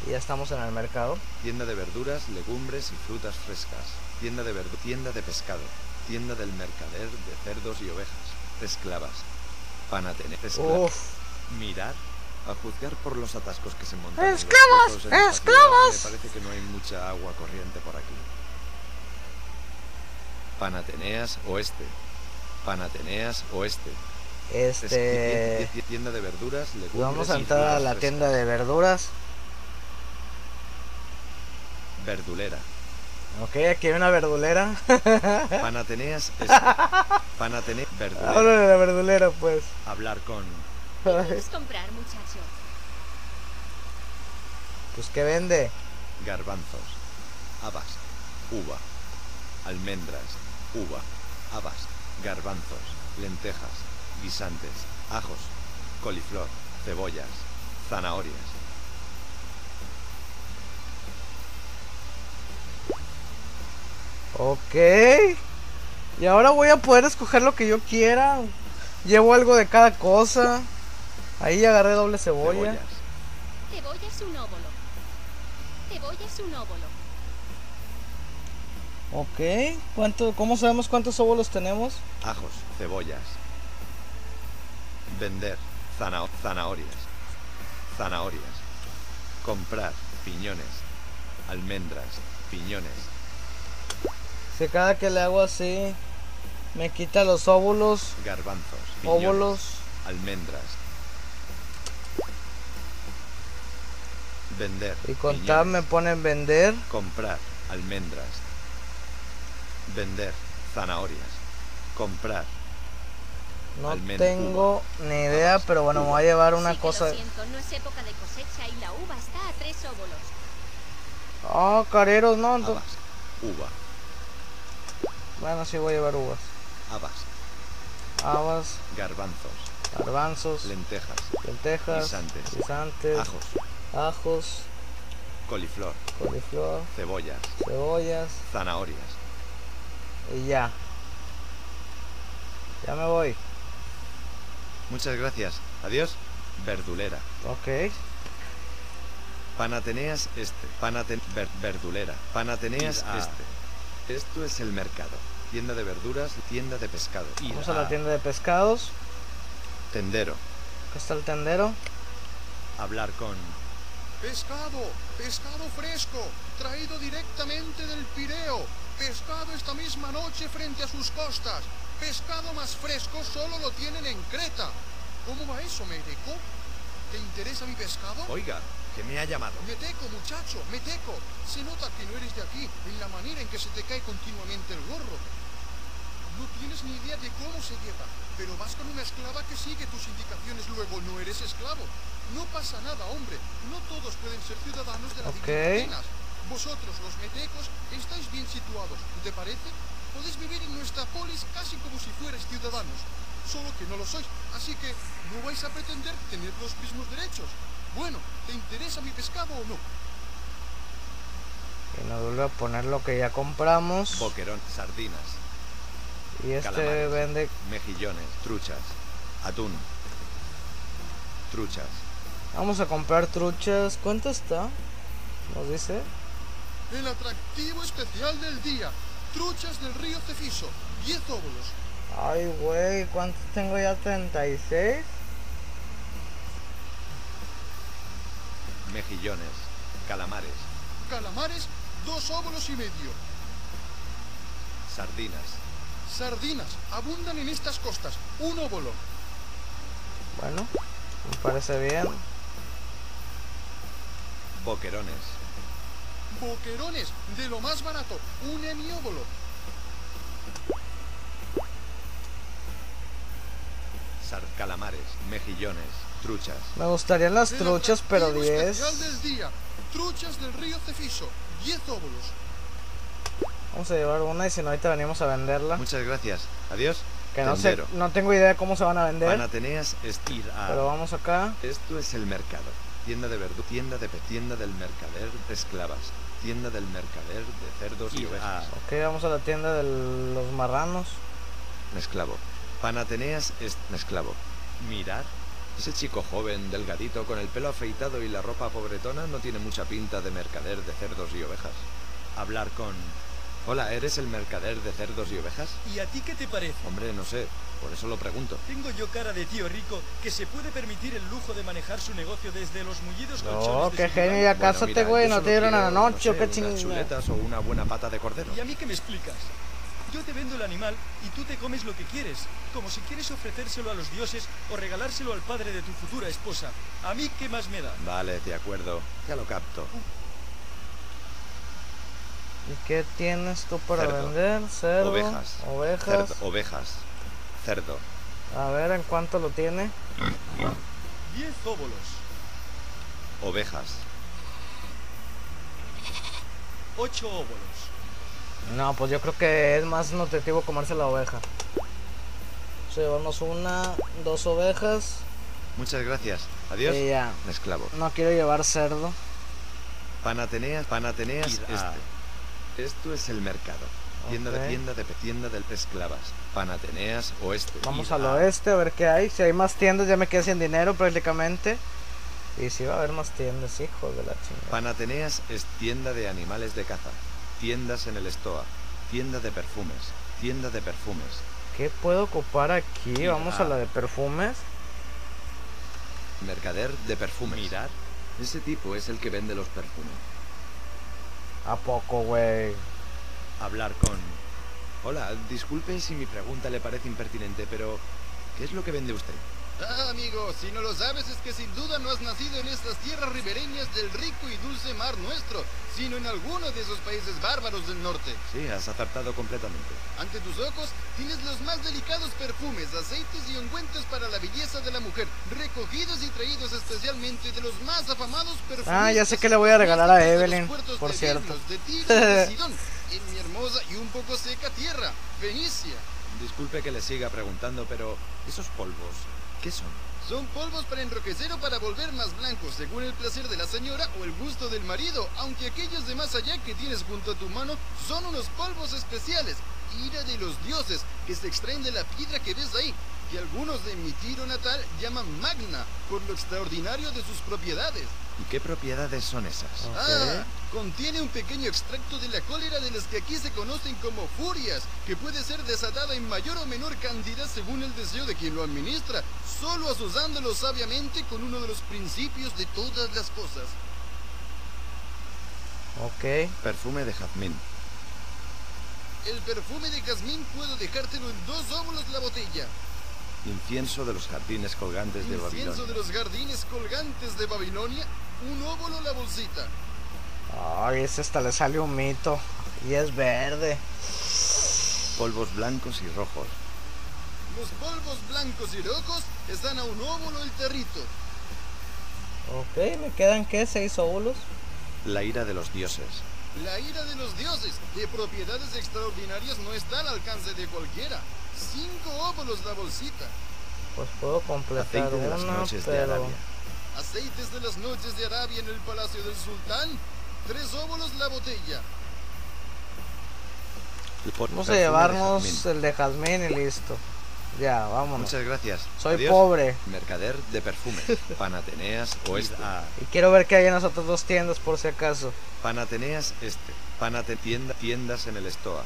Speaker 2: Y ya estamos en el mercado.
Speaker 3: Tienda de verduras, legumbres y frutas frescas. Tienda de verdu- tienda de pescado. Tienda del mercader de cerdos y ovejas. Esclavas. Panatene. Esclavas.
Speaker 2: Uf.
Speaker 3: Mirad. A juzgar por los atascos que se montan. en los
Speaker 2: ¡Esclavas!
Speaker 3: pozos en esta ciudad,
Speaker 2: ¡Esclavas!
Speaker 3: Me parece que no hay mucha agua corriente por aquí. Panateneas Oeste. Panateneas Oeste. Es-
Speaker 2: Este.
Speaker 3: tie- tie- Tienda de verduras, legumbres.
Speaker 2: Vamos a
Speaker 3: y
Speaker 2: entrar a
Speaker 3: frutas
Speaker 2: la
Speaker 3: frescas.
Speaker 2: tienda de verduras.
Speaker 3: Verdulera.
Speaker 2: Ok, aquí hay una verdulera.
Speaker 3: Panateneas es Panatene
Speaker 2: Habla
Speaker 3: verdadero.
Speaker 2: de la verdulera, pues.
Speaker 3: Hablar con
Speaker 8: ¿Qué quieres comprar, muchacho?
Speaker 2: Pues que vende.
Speaker 3: garbanzos, habas, uva, almendras, uva, habas, garbanzos, lentejas, guisantes, ajos, coliflor, cebollas, zanahorias.
Speaker 2: Ok. Y ahora voy a poder escoger lo que yo quiera. Llevo algo de cada cosa. Ahí agarré doble cebolla.
Speaker 3: Cebollas.
Speaker 2: Ah.
Speaker 8: Cebolla es un óvulo. Cebolla es un óvulo.
Speaker 2: Ok. ¿Cuánto, ¿Cómo sabemos cuántos óvulos tenemos?
Speaker 3: Ajos, cebollas. Vender. zana- zanahorias. Zanahorias. Comprar. Piñones. Almendras. Piñones.
Speaker 2: Si cada que le hago así, me quita los óvulos.
Speaker 3: Garbanzos. piñones,
Speaker 2: Óvulos.
Speaker 3: Almendras. Vender.
Speaker 2: Y con tab me ponen vender.
Speaker 3: Comprar almendras. Vender zanahorias. Comprar.
Speaker 2: No
Speaker 3: almendras.
Speaker 2: tengo ni idea, pero bueno, me voy a llevar una
Speaker 8: Sí que
Speaker 2: cosa.
Speaker 8: Lo siento, no es época de cosecha y la uva está a tres óvolos.
Speaker 2: Oh, careros, no. entonces-
Speaker 3: Habas. Uva.
Speaker 2: Bueno, sí voy a llevar uvas.
Speaker 3: Habas.
Speaker 2: Habas,
Speaker 3: Garbanzos.
Speaker 2: garbanzos,
Speaker 3: Lentejas.
Speaker 2: lentejas,
Speaker 3: guisantes,
Speaker 2: guisantes,
Speaker 3: Ajos.
Speaker 2: ajos,
Speaker 3: Coliflor.
Speaker 2: coliflor,
Speaker 3: Cebollas.
Speaker 2: cebollas
Speaker 3: Zanahorias.
Speaker 2: y ya. Ya me voy.
Speaker 3: Muchas gracias. Adiós. Verdulera.
Speaker 2: Ok.
Speaker 3: Panateneas este. Panaten ver- verdulera. Panateneas
Speaker 2: ah,
Speaker 10: Ir a-
Speaker 3: este. Esto es el mercado. Tienda de verduras, tienda de pescado. Ir
Speaker 2: Vamos a la
Speaker 3: a-
Speaker 2: tienda de pescados.
Speaker 3: Tendero.
Speaker 2: Acá está el tendero.
Speaker 3: Hablar con.
Speaker 10: Pescado, pescado fresco, traído directamente del Pireo. Pescado esta misma noche frente a sus costas. Pescado más fresco solo lo tienen en Creta. ¿Cómo va eso, Meteco? ¿Te interesa mi pescado?
Speaker 3: Oiga, que me ha llamado.
Speaker 10: Meteco, muchacho, Meteco. Se nota que no eres de aquí en la manera en que se te cae continuamente el gorro. No tienes ni idea de cómo se lleva, pero vas con una esclava que sigue tus indicaciones. Luego no eres esclavo. No pasa nada, hombre. No todos pueden ser ciudadanos de la
Speaker 2: Ok.
Speaker 10: Divina Atenas. Vosotros, los metecos, estáis bien situados, ¿te parece? Podéis vivir en nuestra polis casi como si fuerais ciudadanos. Solo que no lo sois, así que no vais a pretender tener los mismos derechos. Bueno, ¿te interesa mi pescado o no?
Speaker 2: Y nos vuelve a poner lo que ya compramos.
Speaker 3: Boquerón. Sardinas.
Speaker 2: Y este
Speaker 3: calamares.
Speaker 2: vende.
Speaker 3: Mejillones, truchas, atún, truchas,
Speaker 2: Vamos a comprar truchas. ¿Cuánto está? Nos dice.
Speaker 10: El atractivo especial del día. Truchas del río Cefiso. 10 óvulos.
Speaker 2: Ay, güey, ¿cuántos tengo ya? 36.
Speaker 3: mejillones, calamares,
Speaker 10: Calamares, 2 óvulos y medio.
Speaker 3: sardinas,
Speaker 10: Sardinas, abundan en estas costas. Un óvulo.
Speaker 2: Bueno, me parece bien.
Speaker 3: boquerones,
Speaker 10: Boquerones, de lo más barato. Un hemióbolo.
Speaker 3: sar calamares, mejillones, truchas,
Speaker 2: Me gustarían las
Speaker 10: El
Speaker 2: truchas, pero
Speaker 10: atractivo
Speaker 2: 10.
Speaker 10: especial del día. Truchas del río Cefiso. 10 óvulos.
Speaker 2: Vamos a llevar una y si no, ahorita venimos a venderla.
Speaker 3: muchas gracias, adiós,
Speaker 2: Que no sé,
Speaker 3: Tendero.
Speaker 2: no tengo idea de cómo se van a vender.
Speaker 3: Panateneas es ir a...
Speaker 2: Pero vamos acá.
Speaker 3: Esto es el mercado, tienda de verdu, tienda de pe, tienda del mercader de esclavas, tienda del mercader de cerdos y
Speaker 11: Ir a-
Speaker 3: ovejas,
Speaker 2: Ok, vamos a la tienda de los marranos.
Speaker 3: esclavo, Panateneas es esclavo, mirar. Ese chico joven, delgadito, con el pelo afeitado y la ropa pobretona no tiene mucha pinta de mercader de cerdos y ovejas. Hablar con... Hola, ¿eres el mercader de cerdos y ovejas?
Speaker 4: ¿Y a ti qué te parece?
Speaker 3: Hombre, no sé, por eso lo pregunto.
Speaker 4: Tengo yo cara de tío rico que se puede permitir el lujo de manejar su negocio desde los mullidos
Speaker 2: No,
Speaker 4: colchones de
Speaker 2: qué
Speaker 4: su
Speaker 2: genio,
Speaker 4: lugar.
Speaker 2: ya cásate,
Speaker 3: mira,
Speaker 2: este güey,
Speaker 3: yo
Speaker 2: no
Speaker 3: solo
Speaker 2: te dieron a la
Speaker 3: quiero, no
Speaker 2: noche,
Speaker 3: sé,
Speaker 2: qué
Speaker 3: Unas
Speaker 2: chingada.
Speaker 3: chuletas o una buena pata de cordero.
Speaker 4: ¿Y a mí qué me explicas? Yo te vendo el animal y tú te comes lo que quieres, como si quieres ofrecérselo a los dioses o regalárselo al padre de tu futura esposa. ¿A mí qué más me da?
Speaker 3: Vale, de acuerdo, ya lo capto.
Speaker 2: ¿Y qué tienes tú para
Speaker 3: Cerdo.
Speaker 2: vender? Cerdo,
Speaker 3: Ovejas.
Speaker 2: ovejas.
Speaker 3: Cerdo, ovejas. Cerdo.
Speaker 2: A ver, ¿en cuánto lo tiene?
Speaker 4: Diez óvulos.
Speaker 3: Ovejas.
Speaker 4: Ocho óvulos.
Speaker 2: No, pues yo creo que es más nutritivo comerse la oveja. Vamos a llevarnos una, dos ovejas
Speaker 3: Muchas gracias. Adiós.
Speaker 2: y ya.
Speaker 3: Esclavo.
Speaker 2: No quiero llevar cerdo.
Speaker 3: Panateneas, Panateneas
Speaker 11: Ir
Speaker 3: este.
Speaker 11: a-
Speaker 3: Esto es el mercado. Tienda
Speaker 2: Ok.
Speaker 3: de tienda de tienda del esclavas. Panateneas oeste.
Speaker 2: Vamos
Speaker 3: Ir
Speaker 2: al
Speaker 3: a-
Speaker 2: oeste a ver qué hay. Si hay más tiendas, ya me quedé sin dinero prácticamente. Y si va a haber más tiendas, hijo de la chingada.
Speaker 3: Panateneas es tienda de animales de caza. Tiendas en el Estoa. Tienda de perfumes. Tienda de perfumes.
Speaker 2: ¿Qué puedo ocupar aquí?
Speaker 3: Ir
Speaker 2: Vamos a
Speaker 3: a-
Speaker 2: la de perfumes.
Speaker 3: Mercader de perfumes. Mirar. Ese tipo es el que vende los perfumes.
Speaker 2: ¿A poco, güey?
Speaker 3: Hablar con... Hola, disculpe si mi pregunta le parece impertinente, pero... ¿Qué es lo que vende usted?
Speaker 5: Ah, amigo, si no lo sabes es que sin duda no has nacido en estas tierras ribereñas del rico y dulce mar nuestro, sino en alguno de esos países bárbaros del norte.
Speaker 3: Sí, has acertado completamente.
Speaker 5: Ante tus ojos tienes los más delicados perfumes, aceites y ungüentos para la belleza de la mujer, recogidos y traídos especialmente de los más afamados perfumes.
Speaker 2: Ah, ya sé que le voy a regalar a Evelyn, por cierto.
Speaker 5: De Tiro y de Sidón, en mi hermosa y un poco seca tierra, Fenicia.
Speaker 3: Disculpe que le siga preguntando, pero... ¿Esos polvos? ¿Qué son?
Speaker 5: Son polvos para enroquecer o para volver más blancos, según el placer de la señora o el gusto del marido, aunque aquellos de más allá que tienes junto a tu mano son unos polvos especiales, ira de los dioses, que se extraen de la piedra que ves ahí, que algunos de mi tiro natal llaman magna, por lo extraordinario de sus propiedades.
Speaker 3: ¿Y qué propiedades son esas?
Speaker 5: Ah, contiene un pequeño extracto de la cólera de las que aquí se conocen como furias, que puede ser desatada en mayor o menor cantidad según el deseo de quien lo administra, solo asociándolo sabiamente con uno de los principios de todas las cosas.
Speaker 2: Ok.
Speaker 3: Perfume de jazmín.
Speaker 5: El perfume de jazmín puedo dejártelo en dos óvulos la botella.
Speaker 3: Incienso de los jardines colgantes de
Speaker 5: Incienso de
Speaker 3: Babilonia.
Speaker 5: los jardines colgantes de Babilonia, un óvulo la bolsita.
Speaker 2: Ay, ese hasta le sale un mito. Y es verde.
Speaker 3: Polvos blancos y rojos.
Speaker 5: Los polvos blancos y rojos están a un óvulo el territo.
Speaker 2: Ok, ¿me quedan qué? ¿Seis óvulos?
Speaker 3: La ira de los dioses.
Speaker 5: La ira de los dioses, de propiedades extraordinarias, no está al alcance de cualquiera. Cinco óvulos la bolsita.
Speaker 2: Pues puedo completar
Speaker 3: Aceite de las
Speaker 2: una,
Speaker 3: noches de
Speaker 2: pero...
Speaker 3: Arabia.
Speaker 5: Aceites de las noches de Arabia en el palacio del sultán. Tres óvulos la botella.
Speaker 3: Por-
Speaker 2: Vamos a
Speaker 3: perfume de
Speaker 2: llevarnos
Speaker 3: jazmín.
Speaker 2: el de jazmín y listo. Ya, vámonos.
Speaker 3: Muchas gracias.
Speaker 2: Soy
Speaker 3: Adiós.
Speaker 2: pobre.
Speaker 3: Mercader de perfumes. Panateneas oeste. Ah,
Speaker 2: Y quiero ver qué hay en las otras dos tiendas por si acaso.
Speaker 3: Panateneas este. Panate tienda, tiendas en el Estoa.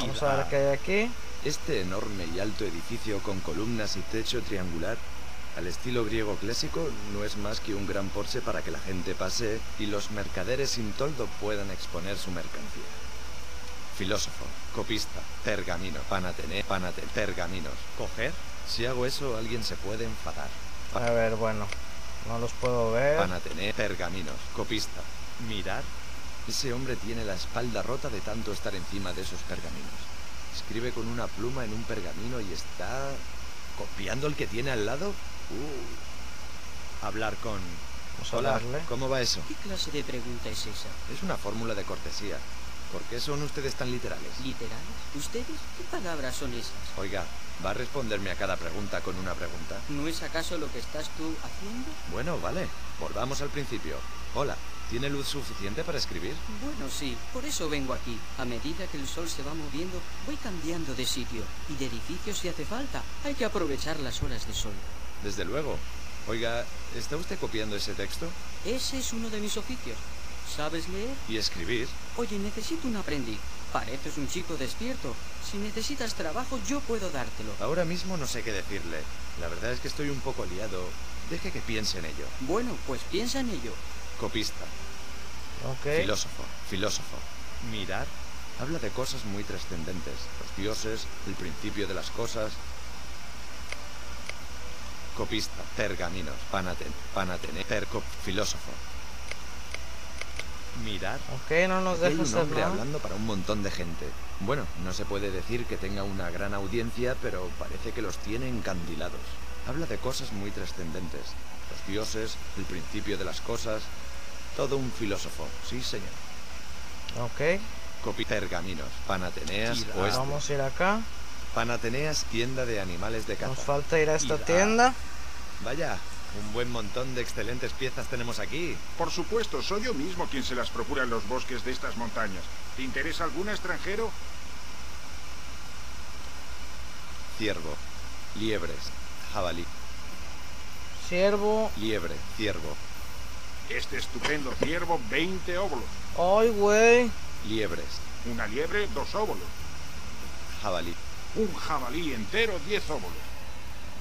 Speaker 2: Vamos
Speaker 3: Id
Speaker 2: a ver qué hay aquí.
Speaker 3: Este enorme y alto edificio con columnas y techo triangular, al estilo griego clásico, no es más que un gran porche para que la gente pase y los mercaderes sin toldo puedan exponer su mercancía. Filósofo, copista, pergamino, panatene, panate, pergaminos. ¿Coger? Si hago eso, alguien se puede enfadar.
Speaker 2: A ver, bueno. No los puedo ver.
Speaker 3: Panatene, pergaminos, copista. ¿Mirar? Ese hombre tiene la espalda rota de tanto estar encima de esos pergaminos. Escribe con una pluma en un pergamino y está... ¿Copiando el que tiene al lado? Uh. Hablar con...
Speaker 2: Vamos a
Speaker 3: Hola,
Speaker 2: hablarle.
Speaker 3: ¿cómo va eso?
Speaker 12: ¿Qué clase de pregunta es esa?
Speaker 3: Es una fórmula de cortesía. ¿Por qué son ustedes tan literales?
Speaker 12: ¿Literal? ¿Ustedes? ¿Qué palabras son esas?
Speaker 3: Oiga, ¿va a responderme a cada pregunta con una pregunta?
Speaker 12: ¿No es acaso lo que estás tú haciendo?
Speaker 3: Bueno, vale. Volvamos al principio. Hola, ¿tiene luz suficiente para escribir?
Speaker 12: Bueno, sí, por eso vengo aquí. A medida que el sol se va moviendo, voy cambiando de sitio y de edificio si hace falta. Hay que aprovechar las horas de sol.
Speaker 3: Desde luego. Oiga, ¿está usted copiando ese texto?
Speaker 12: Ese es uno de mis oficios. ¿Sabes leer?
Speaker 3: ¿Y escribir?
Speaker 12: Oye, necesito un aprendiz. Pareces un chico despierto. Si necesitas trabajo, yo puedo dártelo.
Speaker 3: Ahora mismo no sé qué decirle. La verdad es que estoy un poco liado. Deje que piense en ello.
Speaker 12: Bueno, pues piensa en ello.
Speaker 3: Copista,
Speaker 2: Ok.
Speaker 3: filósofo, filósofo. Mirar. Habla de cosas muy trascendentes. Los dioses, el principio de las cosas. Copista, pergaminos, panaten, panatene, percop, filósofo. Mirar.
Speaker 2: Ok, no nos
Speaker 3: Aquel
Speaker 2: deja
Speaker 3: un
Speaker 2: hacer
Speaker 3: hombre
Speaker 2: nada.
Speaker 3: hablando para un montón de gente. Bueno, no se puede decir que tenga una gran audiencia, pero parece que los tiene encandilados. Habla de cosas muy trascendentes. Los dioses, el principio de las cosas. Todo un filósofo, sí señor.
Speaker 2: Ok.
Speaker 3: Copi pergaminos, Panateneas,
Speaker 2: Ahora
Speaker 3: oeste.
Speaker 2: Vamos a ir acá.
Speaker 3: Panateneas, tienda de animales de
Speaker 2: Nos
Speaker 3: caza.
Speaker 2: falta ir a esta
Speaker 3: Id a-
Speaker 2: tienda.
Speaker 3: Vaya, un buen montón de excelentes piezas tenemos aquí.
Speaker 13: Por supuesto, soy yo mismo quien se las procura en los bosques de estas montañas. ¿Te interesa algún extranjero?
Speaker 3: Ciervo, liebres, jabalí,
Speaker 2: Ciervo.
Speaker 3: liebre, ciervo,
Speaker 13: Este estupendo ciervo, 20 óvulos.
Speaker 2: Ay, güey.
Speaker 3: liebres,
Speaker 13: Una liebre, dos óvulos.
Speaker 3: jabalí,
Speaker 13: Un jabalí entero, 10 óvulos.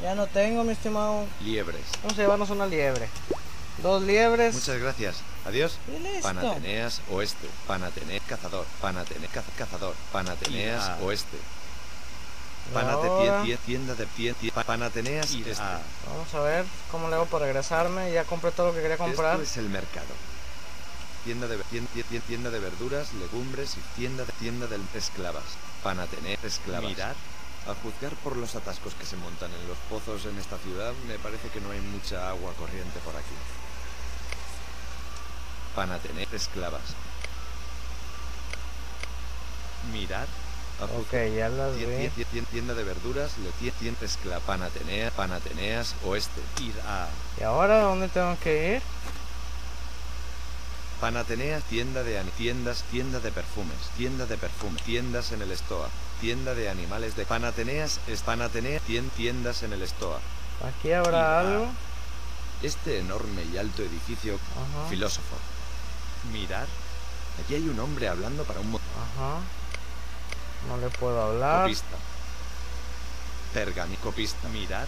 Speaker 2: Ya no tengo, mi estimado.
Speaker 3: Liebres.
Speaker 2: Vamos a llevarnos una liebre. Dos liebres.
Speaker 3: Muchas gracias. Adiós.
Speaker 2: Y listo.
Speaker 3: Panateneas Oeste. Panateneas Cazador. Panateneas caz- Cazador. Panateneas
Speaker 2: Y a-
Speaker 3: Oeste.
Speaker 2: Y ahora-
Speaker 3: Panateneas Tienda de Pie. tie- pa- Panateneas Este.
Speaker 2: Vamos a ver cómo le hago para regresarme. Ya compré todo lo que quería comprar.
Speaker 3: Esto es el mercado. Tienda de, tien- tien- tien- tienda de verduras, legumbres y tienda de tienda del esclavas. Panateneas Esclavas.
Speaker 14: Mirad.
Speaker 3: A juzgar por los atascos que se montan en los pozos en esta ciudad, me parece que no hay mucha agua corriente por aquí. Panateneas Esclavas. Mirad.
Speaker 2: Ok, ya las
Speaker 3: Tien-
Speaker 2: vi.
Speaker 3: tien- tien- tien- tienda de verduras, le tien, tien, escla- Panatenea- Panateneas Oeste. Ir a
Speaker 2: ¿Y ahora dónde tengo que ir?
Speaker 3: Panateneas, tienda de ani- tiendas, tienda de perfumes, tienda de perfume, tiendas en el Stoa, tienda de animales de Panateneas, es Panatenea, tien- tiendas en el Stoa.
Speaker 2: Aquí habrá
Speaker 3: Y-
Speaker 2: algo.
Speaker 3: Este enorme y alto edificio,
Speaker 2: Ajá.
Speaker 3: filósofo. Mirar, aquí hay un hombre hablando para un mo-
Speaker 2: Ah. Ajá. No le puedo hablar.
Speaker 3: Copista. Pergami- copista. Mirar.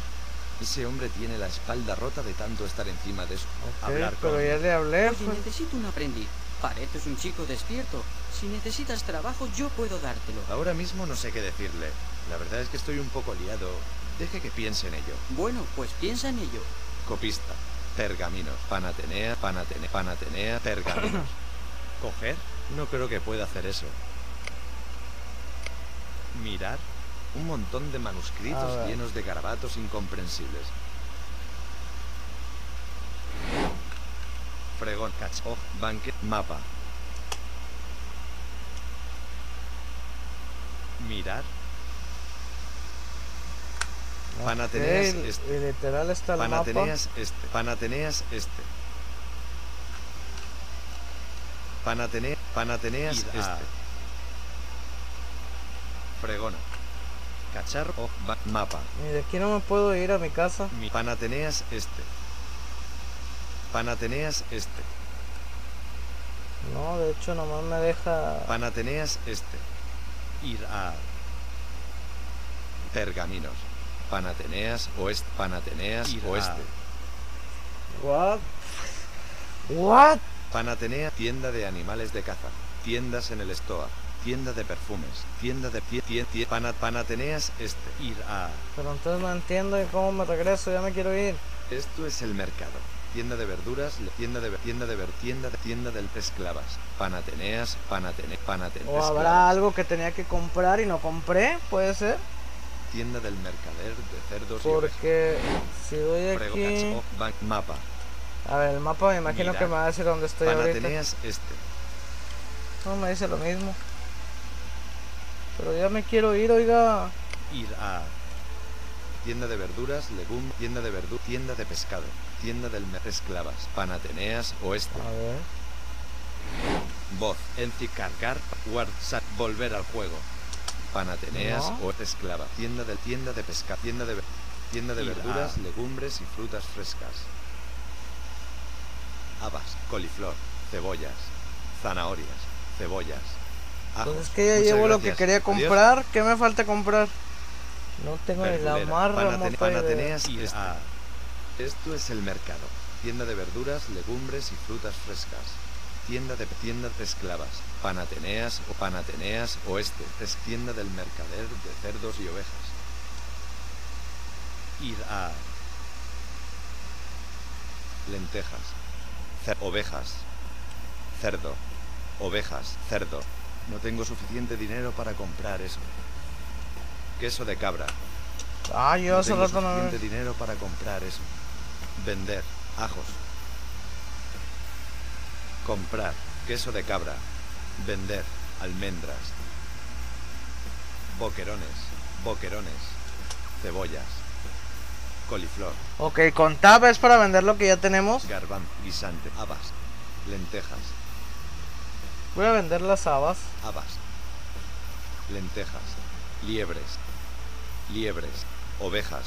Speaker 3: Ese hombre tiene la espalda rota de tanto estar encima de su
Speaker 2: Ok, pero ya le hablé.
Speaker 12: Oye,
Speaker 2: pues.
Speaker 12: necesito un aprendiz. Pareces un chico despierto. Si necesitas trabajo, yo puedo dártelo.
Speaker 3: Ahora mismo no sé qué decirle. La verdad es que estoy un poco liado. Deje que piense en ello.
Speaker 12: Bueno, pues piensa en ello.
Speaker 3: Copista. Pergaminos. Panatenea, Panatenea, Panatenea, pergaminos. ¿Coger? No creo que pueda hacer eso. Mirar. Un montón de
Speaker 2: A
Speaker 3: manuscritos
Speaker 2: ver.
Speaker 3: llenos de garabatos incomprensibles. Fregón, cacho, banque, mapa. Mirar. Panateneas
Speaker 2: Ok,
Speaker 3: este.
Speaker 2: y literal está el mapa.
Speaker 3: Panateneas este. Panateneas este. Panatene, Panateneas
Speaker 14: Id a-
Speaker 3: este. Fregona. Cacharro o ba- mapa.
Speaker 2: Y de aquí no me puedo ir a mi casa.
Speaker 3: Mi- Panateneas este. Panateneas este.
Speaker 2: No, de hecho nomás me deja...
Speaker 3: Panateneas este. Ir a Pergaminos. Panateneas oeste. Panateneas
Speaker 2: Ir a-
Speaker 3: oeste.
Speaker 2: What? What?
Speaker 3: Panatenea, tienda de animales de caza, tiendas en el Stoa, tienda de perfumes, tienda de pie, pie, pie- pana- Panateneas este. Ir a.
Speaker 2: Pero entonces no entiendo de cómo me regreso, ya me quiero ir.
Speaker 3: Esto es el mercado. Tienda de verduras, le- tienda de ver- tienda de ver- tienda de tienda del esclavas. Panateneas, panatene, panateneas.
Speaker 2: O habrá algo que tenía que comprar y no compré, puede ser.
Speaker 3: Tienda del mercader de cerdos y ovejas.
Speaker 2: Porque si doy
Speaker 3: Prego,
Speaker 2: aquí...
Speaker 3: cacho, ban- mapa.
Speaker 2: A ver, el mapa me imagino
Speaker 3: Mira.
Speaker 2: que me va a decir dónde estoy ahorita.
Speaker 3: Panateneas este.
Speaker 2: No me dice lo mismo. Pero ya me quiero ir, oiga.
Speaker 3: ir a tienda de verduras, legum, tienda de verdu, tienda de pescado, tienda del mer- esclavas, panateneas oeste.
Speaker 2: A ver.
Speaker 3: Voz, enci cargar, WhatsApp, volver al juego. Panateneas
Speaker 2: No.
Speaker 3: oeste esclava, tienda del tienda de pesca, tienda de ver- tienda de
Speaker 14: Ir a-
Speaker 3: verduras, legumbres y frutas frescas. Habas, coliflor, cebollas, zanahorias, cebollas. ajos.
Speaker 2: Pues es que ya
Speaker 3: Ah, Muchas
Speaker 2: llevo lo que
Speaker 3: gracias.
Speaker 2: quería
Speaker 3: Adiós.
Speaker 2: comprar. ¿Qué me falta comprar? No tengo ni la
Speaker 3: Verdulera,
Speaker 2: más
Speaker 3: Panatene-
Speaker 2: remota idea.
Speaker 3: Panateneas este. Esto es el mercado. Tienda de verduras, legumbres y frutas frescas. Tienda de tienda de esclavas. Panateneas o Panateneas Oeste. Es tienda del mercader de cerdos y ovejas. Ir a lentejas, cer- ovejas, cerdo, ovejas, cerdo. No tengo suficiente dinero para comprar eso. Queso de cabra.
Speaker 2: Ah, yo
Speaker 3: no
Speaker 2: hace
Speaker 3: tengo
Speaker 2: rato no me-
Speaker 3: suficiente dinero para comprar eso. Vender ajos. Comprar queso de cabra. Vender almendras. Boquerones, boquerones, cebollas, coliflor.
Speaker 2: Ok, con tab es para vender lo que ya tenemos.
Speaker 3: Garbanzo, guisante, habas, lentejas,
Speaker 2: Voy a vender las habas.
Speaker 3: habas, lentejas, liebres, liebres, ovejas,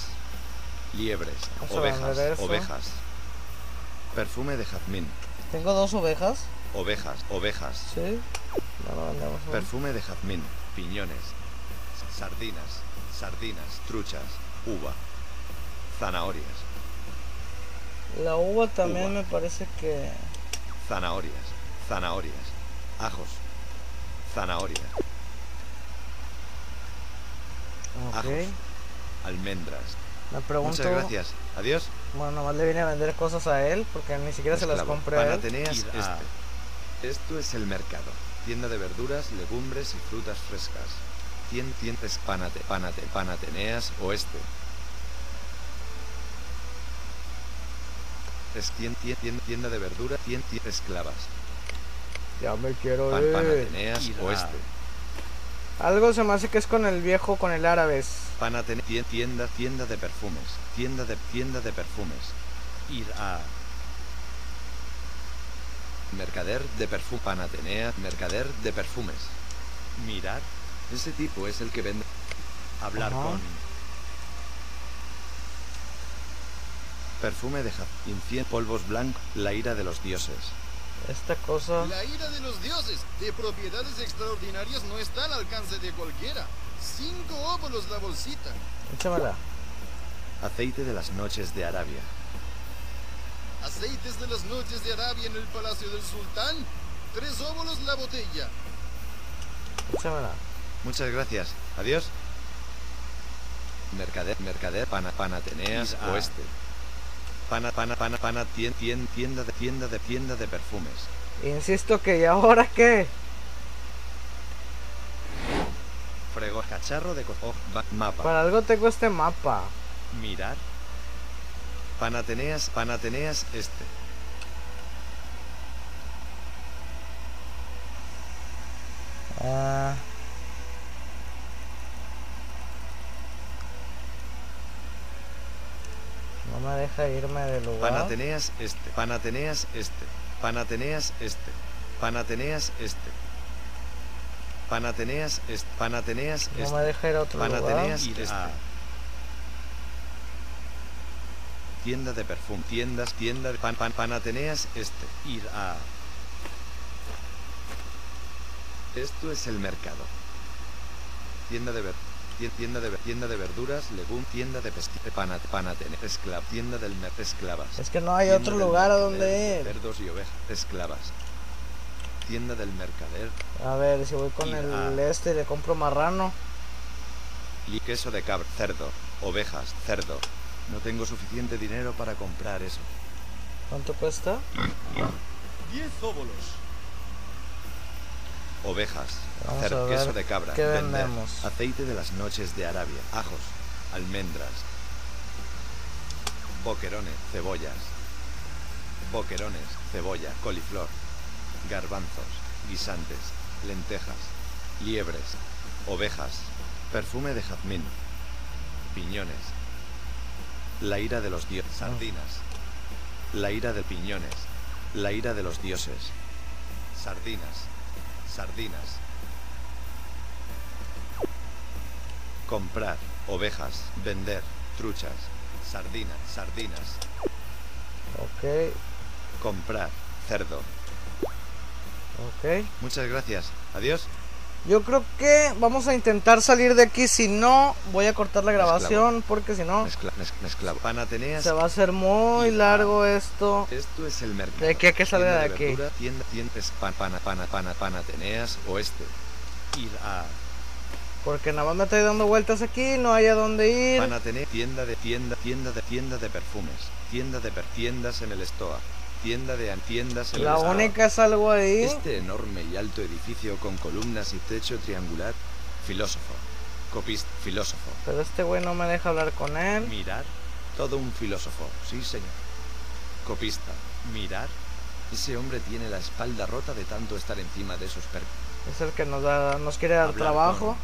Speaker 3: liebres,
Speaker 2: Vamos a vender
Speaker 3: ovejas,
Speaker 2: eso.
Speaker 3: ovejas. Perfume de jazmín,
Speaker 2: Tengo dos ovejas.
Speaker 3: ovejas, ovejas.
Speaker 2: Sí. No, no vendemos una.
Speaker 3: Perfume de jazmín, piñones, sardinas, sardinas, truchas, uva, zanahorias,
Speaker 2: La uva también me parece que.
Speaker 3: zanahorias, zanahorias, ajos, zanahorias,
Speaker 2: Ok.
Speaker 3: ajos, almendras.
Speaker 2: Me pregunto.
Speaker 3: Muchas gracias. Adiós.
Speaker 2: Bueno, nomás le vine a vender cosas a él porque ni siquiera se las
Speaker 3: Esclavo.
Speaker 2: compré a él.
Speaker 3: Panateneas este. Esto es el mercado. Tienda de verduras, legumbres y frutas frescas. Tien, tien- es panate, panate, panateneas oeste. Es tien- tien- tien- tienda de verdura, tien, tien- esclavas.
Speaker 2: Ya me quiero
Speaker 3: Pan,
Speaker 2: ir.
Speaker 3: panateneas oeste.
Speaker 2: Algo se me hace que es con el viejo, con el árabe.
Speaker 3: Panatene, tien- tienda, tienda de perfumes. Tienda de, tienda de perfumes. Ir a... Mercader de perfumes. Panatenea, mercader de perfumes. Mirar. Ese tipo es el que vende. Hablar
Speaker 2: Ajá.
Speaker 3: con. Perfume de jaz, incien polvos blancos, la ira de los dioses.
Speaker 2: Esta cosa.
Speaker 5: La ira de los dioses, de propiedades extraordinarias, no está al alcance de cualquiera. Cinco óvulos la bolsita.
Speaker 2: Échamela.
Speaker 3: Aceite de las noches de Arabia.
Speaker 5: Aceites de las noches de Arabia en el palacio del sultán. Tres óvulos la botella.
Speaker 2: Échamela.
Speaker 3: Muchas gracias. Adiós. Mercader, mercader, pana, panateneas
Speaker 14: Ir a-
Speaker 3: oeste. Pana, pana, pana, pana, tien, tien- tienda de tienda de tienda de perfumes.
Speaker 2: Insisto que, ¿y ahora qué?
Speaker 3: Fregor, cacharro de cojo, mapa.
Speaker 2: Para algo tengo este mapa.
Speaker 3: Mirar. Panateneas, Panateneas este.
Speaker 2: Ah, no me deja irme del lugar.
Speaker 3: Panateneas este. Panateneas este. Panateneas este. Panateneas este. Panateneas este. Panateneas este.
Speaker 2: No me deja ir a otro lugar.
Speaker 3: Panateneas
Speaker 2: Ir
Speaker 3: este.
Speaker 2: a-
Speaker 3: Tienda de perfume. Tiendas, tienda de pan, pan, Panateneas este. Ir a. Esto es el mercado. Tienda de ver tien- tienda de ver- tienda de verduras, legum, tienda de pesca, panat, panatene, esclav, tienda del mer, esclavas.
Speaker 2: Es que no hay
Speaker 3: Tienda
Speaker 2: otro
Speaker 3: del
Speaker 2: lugar a
Speaker 3: mercader,
Speaker 2: donde ir.
Speaker 3: Cerdos y ovejas, esclavas. Tienda del mercader,
Speaker 2: A ver, si voy con
Speaker 3: Ir
Speaker 2: el
Speaker 3: a-
Speaker 2: este y le compro marrano.
Speaker 3: y queso de cabra, cerdo, ovejas, cerdo. No tengo suficiente dinero para comprar eso.
Speaker 2: ¿Cuánto cuesta?
Speaker 4: Diez óbolos.
Speaker 3: Ovejas,
Speaker 2: Vamos
Speaker 3: hacer
Speaker 2: a ver
Speaker 3: queso de cabra,
Speaker 2: qué
Speaker 3: vender,
Speaker 2: vendemos.
Speaker 3: aceite de las noches de Arabia, ajos, almendras, boquerones, cebollas, boquerones, cebolla, coliflor, garbanzos, guisantes, lentejas, liebres, ovejas, perfume de jazmín, piñones, la ira de los dioses, sardinas, la ira de piñones, la ira de los dioses, sardinas, sardinas. Comprar, ovejas, vender, truchas, sardinas, sardinas.
Speaker 2: Ok,
Speaker 3: Comprar, cerdo.
Speaker 2: ok.
Speaker 3: Muchas gracias. Adiós.
Speaker 2: Yo creo que vamos a intentar salir de aquí. Si no, voy a cortar la
Speaker 3: Esclavo.
Speaker 2: grabación porque si no,
Speaker 3: Mezcla, mez- mezclavo. Panateneas.
Speaker 2: Oh. se va a hacer muy largo esto.
Speaker 3: Esto es el mercado.
Speaker 2: De aquí a que salga
Speaker 3: Tienda
Speaker 2: de aquí.
Speaker 3: verdura, tienda, tienda, es pan, pana, pana, pana, panateneas, oeste. Ir a
Speaker 2: Porque nada más me estoy dando vueltas aquí, no hay a dónde ir.
Speaker 3: Panatene, tienda de tienda, tienda de tienda de perfumes, tienda de per, tiendas en el Stoa, tienda de antiendas en
Speaker 2: La
Speaker 3: el Stoa.
Speaker 2: única es algo ahí.
Speaker 3: Este enorme y alto edificio con columnas y techo triangular, filósofo, copista, filósofo.
Speaker 2: Pero este güey no me deja hablar con él.
Speaker 3: Mirar, todo un filósofo, sí señor. Copista, mirar. Ese hombre tiene la espalda rota de tanto estar encima de esos per...
Speaker 2: Es el que nos da, nos quiere dar
Speaker 3: Hablar
Speaker 2: trabajo.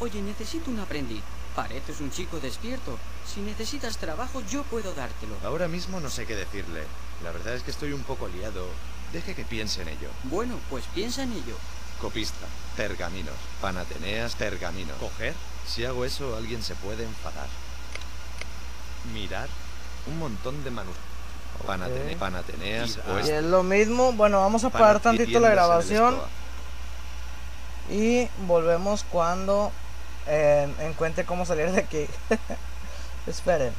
Speaker 12: Oye, necesito un aprendiz. Pareces un chico despierto. Si necesitas trabajo, yo puedo dártelo.
Speaker 3: Ahora mismo no sé qué decirle. La verdad es que estoy un poco liado. Deje que piense en ello.
Speaker 12: Bueno, pues piensa en ello.
Speaker 3: Copista, pergaminos, panateneas, pergaminos. ¿Coger? Si hago eso, alguien se puede enfadar. Mirar, un montón de manus. ¿Eh? Panatene, panateneas,
Speaker 2: Y
Speaker 3: oeste.
Speaker 2: es lo mismo. Bueno, vamos a
Speaker 3: Pana-
Speaker 2: parar
Speaker 3: Pues, y
Speaker 2: tantito la
Speaker 3: tiendas en el
Speaker 2: grabación
Speaker 3: Stoa.
Speaker 2: y volvemos cuando eh, encuentre cómo salir de aquí. Esperen.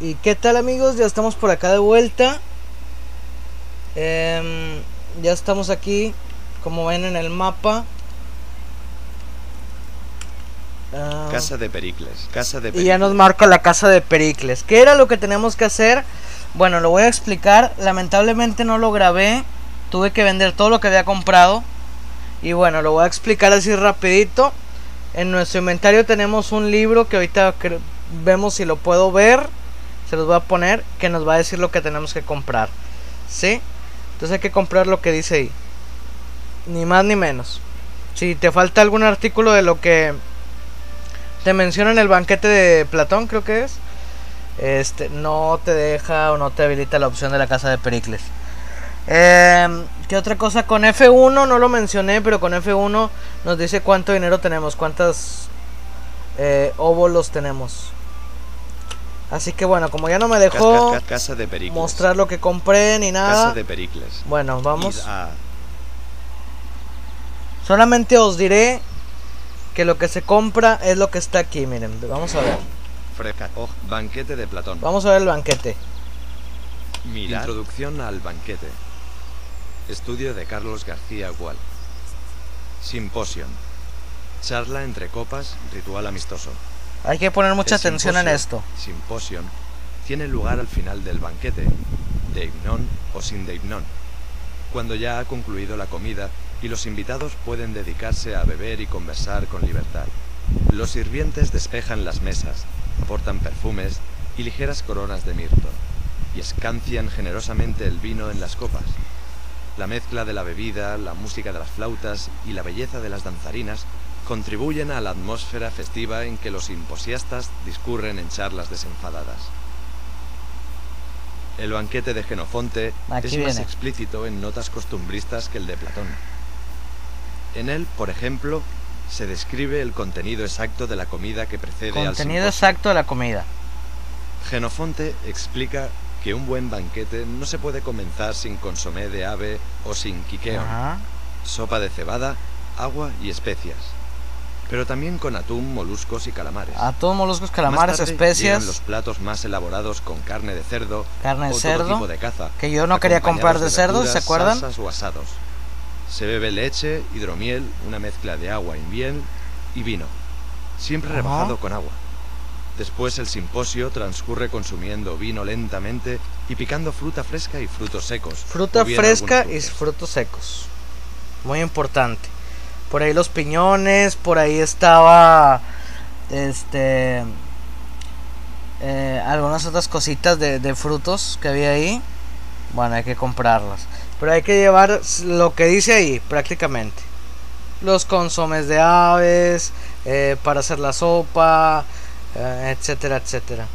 Speaker 2: ¿Y qué tal amigos? Ya estamos por acá de vuelta. Em, ya estamos aquí, como ven en el mapa. Ah,
Speaker 3: Casa de Pericles. Casa de
Speaker 2: y
Speaker 3: Pericles.
Speaker 2: ya nos marca la casa de Pericles. ¿Qué era lo que teníamos que hacer? Bueno, lo voy a explicar. Lamentablemente no lo grabé. Tuve que vender todo lo que había comprado. Y bueno, lo voy a explicar así rapidito. En nuestro inventario tenemos un libro que ahorita cre- vemos si lo puedo ver. Se los voy a poner que nos va a decir lo que tenemos que comprar. ¿Sí? Entonces hay que comprar lo que dice ahí. Ni más ni menos. Si te falta algún artículo de lo que te mencionan el banquete de Platón, creo que es. Este, no te deja o no te habilita la opción de la casa de Pericles. Em, ¿Qué otra cosa? Con F1 no lo mencioné, pero con F1 nos dice cuánto dinero tenemos, cuántas eh, óvulos tenemos. Así que bueno, como ya no me dejó
Speaker 3: Cas- cas- casa de Pericles.
Speaker 2: mostrar lo que compré ni nada.
Speaker 3: Casa de Pericles.
Speaker 2: Bueno, vamos.
Speaker 3: Id a-
Speaker 2: Solamente os diré que lo que se compra es lo que está aquí, miren. Vamos a ver.
Speaker 3: Freca- oh, banquete de Platón.
Speaker 2: Vamos a ver el banquete.
Speaker 3: Mirad. Introducción al banquete. Estudio de Carlos García Gual. Simposión. Charla entre copas, ritual amistoso.
Speaker 2: Hay que poner mucha
Speaker 3: El
Speaker 2: atención en
Speaker 3: simposio-
Speaker 2: esto.
Speaker 3: Simposión tiene lugar al final del banquete, de himnón o sin de himnón, cuando ya ha concluido la comida y los invitados pueden dedicarse a beber y conversar con libertad. Los sirvientes despejan las mesas, aportan perfumes y ligeras coronas de mirto, y escancian generosamente el vino en las copas. La mezcla de la bebida, la música de las flautas y la belleza de las danzarinas contribuyen a la atmósfera festiva en que los imposiastas discurren en charlas desenfadadas. El banquete de Genofonte
Speaker 2: Aquí
Speaker 3: es más
Speaker 2: viene.
Speaker 3: explícito en notas costumbristas que el de Platón. En él, por ejemplo, se describe el contenido exacto de la comida que precede al
Speaker 2: Contenido
Speaker 3: simposio.
Speaker 2: exacto de la comida.
Speaker 3: Genofonte explica que un buen banquete no se puede comenzar sin consomé de ave o sin quiqueo,
Speaker 2: Ajá.
Speaker 3: sopa de cebada, agua y especias, pero también con atún, moluscos y calamares.
Speaker 2: Atún, moluscos, Ah, calamares,
Speaker 3: Más tarde llegan los
Speaker 2: especias.
Speaker 3: platos más elaborados con carne de cerdo,
Speaker 2: Carne de
Speaker 3: o todo
Speaker 2: cerdo,
Speaker 3: tipo de caza,
Speaker 2: que yo no quería comprar
Speaker 3: acompañados
Speaker 2: de cerdo,
Speaker 3: verduras,
Speaker 2: ¿se acuerdan?
Speaker 3: salsas o asados. Se bebe leche, hidromiel, una mezcla de agua y miel y vino, siempre
Speaker 2: Ajá.
Speaker 3: rebajado con agua. Después el simposio transcurre consumiendo vino lentamente y picando fruta fresca y frutos secos.
Speaker 2: Fruta
Speaker 3: o bien algunos
Speaker 2: fresca y frutos secos. Muy importante. Por ahí los piñones, por ahí estaba este eh, algunas otras cositas de, de frutos que había ahí. Bueno, hay que comprarlas. Pero hay que llevar lo que dice ahí, prácticamente. Los consomes de aves, eh, para hacer la sopa, eh, etcétera, etcétera.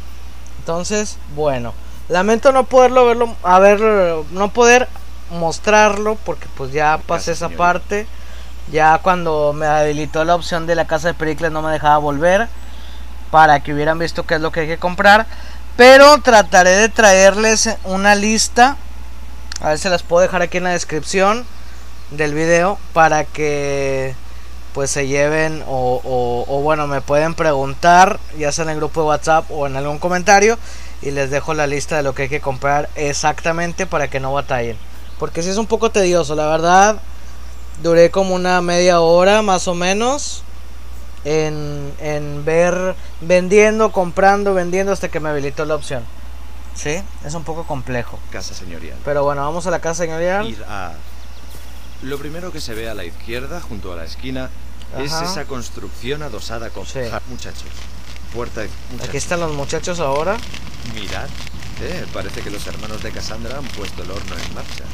Speaker 2: Entonces, bueno, lamento no poderlo verlo, haberlo, no poder mostrarlo porque pues ya pasé esa
Speaker 3: señorita.
Speaker 2: parte. Ya cuando me habilitó la opción de la casa de Pericles no me dejaba volver para que hubieran visto qué es lo que hay que comprar. Pero trataré de traerles una lista. A ver si las puedo dejar aquí en la descripción del video para que pues se lleven o, o- o, bueno me pueden preguntar ya sea en el grupo de WhatsApp o en algún comentario y les dejo la lista de lo que hay que comprar exactamente para que no batallen porque si es un poco tedioso la verdad duré como una media hora más o menos en, en ver vendiendo comprando vendiendo hasta que me habilitó la opción sí es un poco complejo
Speaker 3: Casa señorial.
Speaker 2: pero bueno vamos a la casa señorial
Speaker 3: Ir a... Lo primero que se ve a la izquierda, junto a la esquina, es
Speaker 2: Ajá.
Speaker 3: esa construcción adosada con ja- muchachos. Puerta iz- muchachos.
Speaker 2: aquí están los muchachos ahora
Speaker 3: Mirad. Eh, parece que los hermanos de Cassandra han puesto el horno en marcha.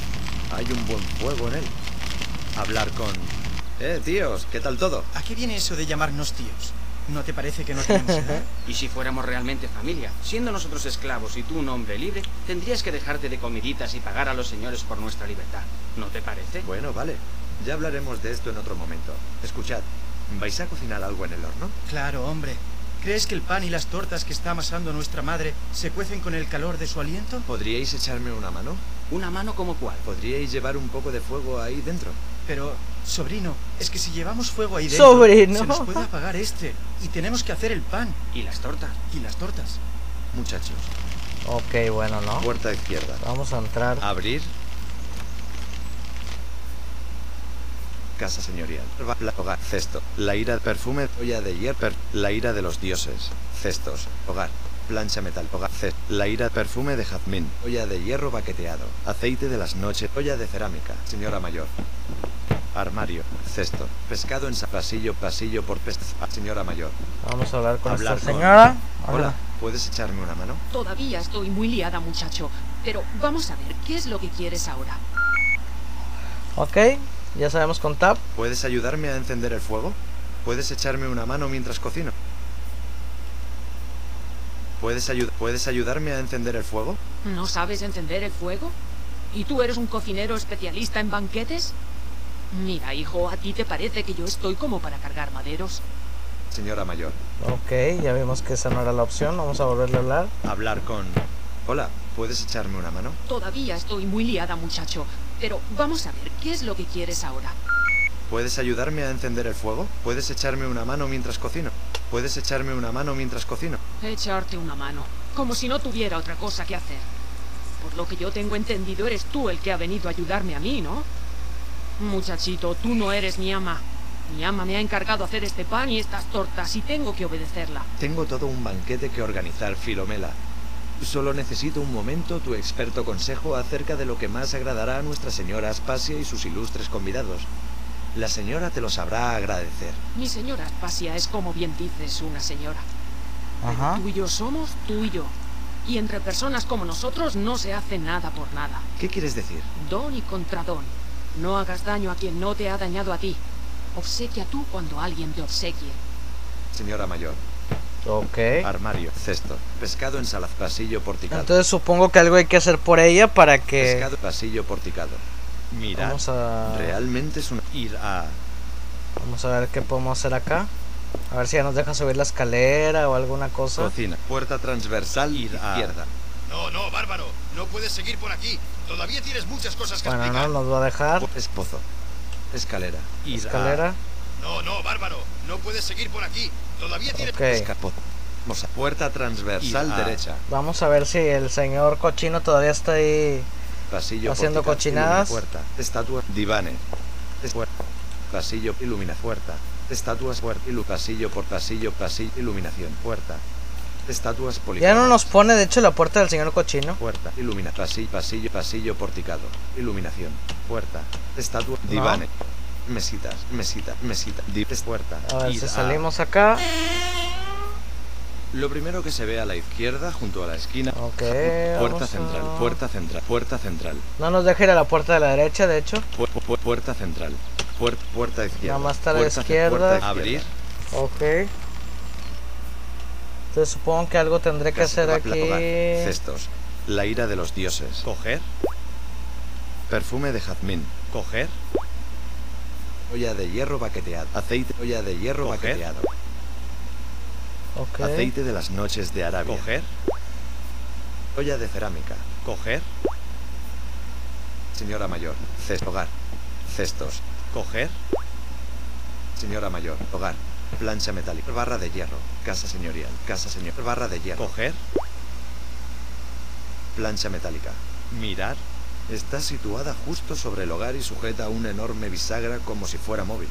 Speaker 3: Hay un buen fuego en él. Hablar con... Eh, tíos, ¿qué tal todo?
Speaker 4: ¿A qué viene eso de llamarnos tíos? ¿No te parece que no tenemos edad?
Speaker 6: Y si fuéramos realmente familia, siendo nosotros esclavos y tú un hombre libre, tendrías que dejarte de comiditas y pagar a los señores por nuestra libertad. ¿No te parece?
Speaker 3: Bueno, vale. Ya hablaremos de esto en otro momento. Escuchad, ¿vais a cocinar algo en el horno?
Speaker 4: Claro, hombre. ¿Crees que el pan y las tortas que está amasando nuestra madre se cuecen con el calor de su aliento?
Speaker 3: ¿Podríais echarme una mano?
Speaker 6: ¿Una mano como cuál?
Speaker 3: ¿Podríais llevar un poco de fuego ahí dentro?
Speaker 4: Pero, sobrino, es que si llevamos fuego ahí dentro,
Speaker 2: Sobrino.
Speaker 4: se nos puede apagar este. Y tenemos que hacer el pan
Speaker 6: ¿Y las tortas?
Speaker 4: y las tortas.
Speaker 3: Muchachos,
Speaker 2: Ok, bueno, ¿no?
Speaker 3: Puerta izquierda.
Speaker 2: Vamos a entrar.
Speaker 3: Abrir. Casa señorial. La hogar. Cesto. La ira. Perfume. Olla de hierper. La ira de los dioses. Cestos. Hogar. Plancha metal. Hogar. Cesto. La ira. Perfume de jazmín. Olla de hierro baqueteado. Aceite de las noches. Olla de cerámica. Señora mayor. Armario. Cesto. Pescado en sa- pasillo. Pasillo por pez. Señora mayor.
Speaker 2: Vamos a hablar con
Speaker 3: Hablar
Speaker 2: esta
Speaker 3: con-
Speaker 2: señora.
Speaker 3: Hola. ¿Puedes echarme una mano?
Speaker 7: Todavía estoy muy liada, muchacho. Pero vamos a ver, ¿qué es lo que quieres ahora?
Speaker 2: Ok, ya sabemos con Tab.
Speaker 3: ¿Puedes ayudarme a encender el fuego? ¿Puedes echarme una mano mientras cocino? ¿Puedes, ayu- ¿Puedes ayudarme a encender el fuego?
Speaker 7: ¿No sabes encender el fuego? ¿Y tú eres un cocinero especialista en banquetes? Mira, hijo, ¿a ti te parece que yo estoy como para cargar maderos?
Speaker 3: Señora mayor,
Speaker 2: Ok, ya vimos que esa no era la opción. Vamos a volverle a hablar.
Speaker 3: hablar con... Hola, ¿puedes echarme una mano?
Speaker 7: Todavía estoy muy liada, muchacho. Pero vamos a ver, ¿qué es lo que quieres ahora?
Speaker 3: ¿Puedes ayudarme a encender el fuego? ¿Puedes echarme una mano mientras cocino? ¿Puedes echarme una mano mientras cocino?
Speaker 7: Echarte una mano, como si no tuviera otra cosa que hacer. Por lo que yo tengo entendido, eres tú el que ha venido a ayudarme a mí, ¿no? Muchachito, tú no eres mi ama. Mi ama me ha encargado hacer este pan y estas tortas y tengo que obedecerla.
Speaker 3: Tengo todo un banquete que organizar, Filomela. Solo necesito un momento tu experto consejo acerca de lo que más agradará a nuestra señora Aspasia y sus ilustres convidados. La señora te lo sabrá agradecer.
Speaker 7: Mi señora Aspasia es como bien dices, una señora.
Speaker 2: Ajá.
Speaker 7: Tú y yo somos tú y yo. Y entre personas como nosotros no se hace nada por nada.
Speaker 3: ¿Qué quieres decir?
Speaker 7: Don y contra don. No hagas daño a quien no te ha dañado a ti. Obsequia tú cuando alguien te obsequie.
Speaker 3: Señora mayor.
Speaker 2: Ok.
Speaker 3: Armario, cesto, pescado en salaz, pasillo porticado.
Speaker 2: Entonces supongo que algo hay que hacer por ella para que...
Speaker 3: Pescado, pasillo porticado. Mirar.
Speaker 2: Vamos a-
Speaker 3: Realmente es una... Ir a...
Speaker 2: Vamos a ver qué podemos hacer acá. A ver si ya nos deja subir la escalera o alguna cosa.
Speaker 3: Cocina. Puerta transversal izquierda.
Speaker 5: No, no, bárbaro. No puedes seguir por aquí. Todavía tienes muchas
Speaker 3: pues
Speaker 5: cosas que
Speaker 2: Bueno, no
Speaker 5: explicar.
Speaker 2: nos va a dejar.
Speaker 3: Es pozo. Escalera. Ir a-
Speaker 2: Escalera.
Speaker 5: No, no, bárbaro. No puedes seguir por aquí. Todavía tienes...
Speaker 2: Ok.
Speaker 3: Escapo. Vamos a- Puerta transversal
Speaker 5: Ir a-
Speaker 3: derecha.
Speaker 2: Vamos a ver si el señor cochino todavía está ahí.
Speaker 3: Pasillo
Speaker 2: Haciendo
Speaker 3: porticado,
Speaker 2: cochinadas.
Speaker 3: ilumina Puerta. Estatua. Divane. Es- puer- Pasillo. Ilumina. Puerta. Estatuas. Puerta. Ilu. Pasillo por pasillo. Pasillo. Iluminación. Puerta. Estatuas.
Speaker 2: Ya
Speaker 3: Poligonal.
Speaker 2: no nos pone, de hecho, la puerta del señor cochino.
Speaker 3: Puerta. Ilumina. Pasillo. Pasillo. Pasillo porticado. Iluminación. Puerta. Estatua.
Speaker 2: No.
Speaker 3: Divane. Mesitas. Mesita. Mesita. Di- es- Puerta.
Speaker 2: A ver
Speaker 3: Ir
Speaker 2: si salimos acá.
Speaker 3: Lo primero que se ve a la izquierda, junto a la esquina.
Speaker 2: vamos
Speaker 3: Puerta
Speaker 2: a-
Speaker 3: central. Puerta central. Puerta central.
Speaker 2: No nos deja ir a la puerta de la derecha, de hecho.
Speaker 3: Pu- pu- pu- puerta central. Puer- puerta izquierda.
Speaker 2: Nada más está a la
Speaker 3: Puerta ce-
Speaker 2: izquierda.
Speaker 3: puerta Abrir.
Speaker 2: Ok. Entonces supongo que algo tendré que hacer
Speaker 3: Casa,
Speaker 2: aquí.
Speaker 3: hogar, Cestos. La ira de los dioses. Coger. Perfume de jazmín. Coger. Olla de hierro baqueteado. Aceite. Olla de hierro baqueteado.
Speaker 2: Ok.
Speaker 3: Aceite de las noches de Arabia. Coger. Olla de cerámica. Coger. Señora mayor. Cesto. Hogar. Cestos. Coger. Señora mayor. Hogar. Plancha metálica. Barra de hierro. Casa señorial. Casa señor. Barra de hierro. Coger. Plancha metálica. Mirar. Está situada justo sobre el hogar y sujeta a una enorme bisagra como si fuera móvil.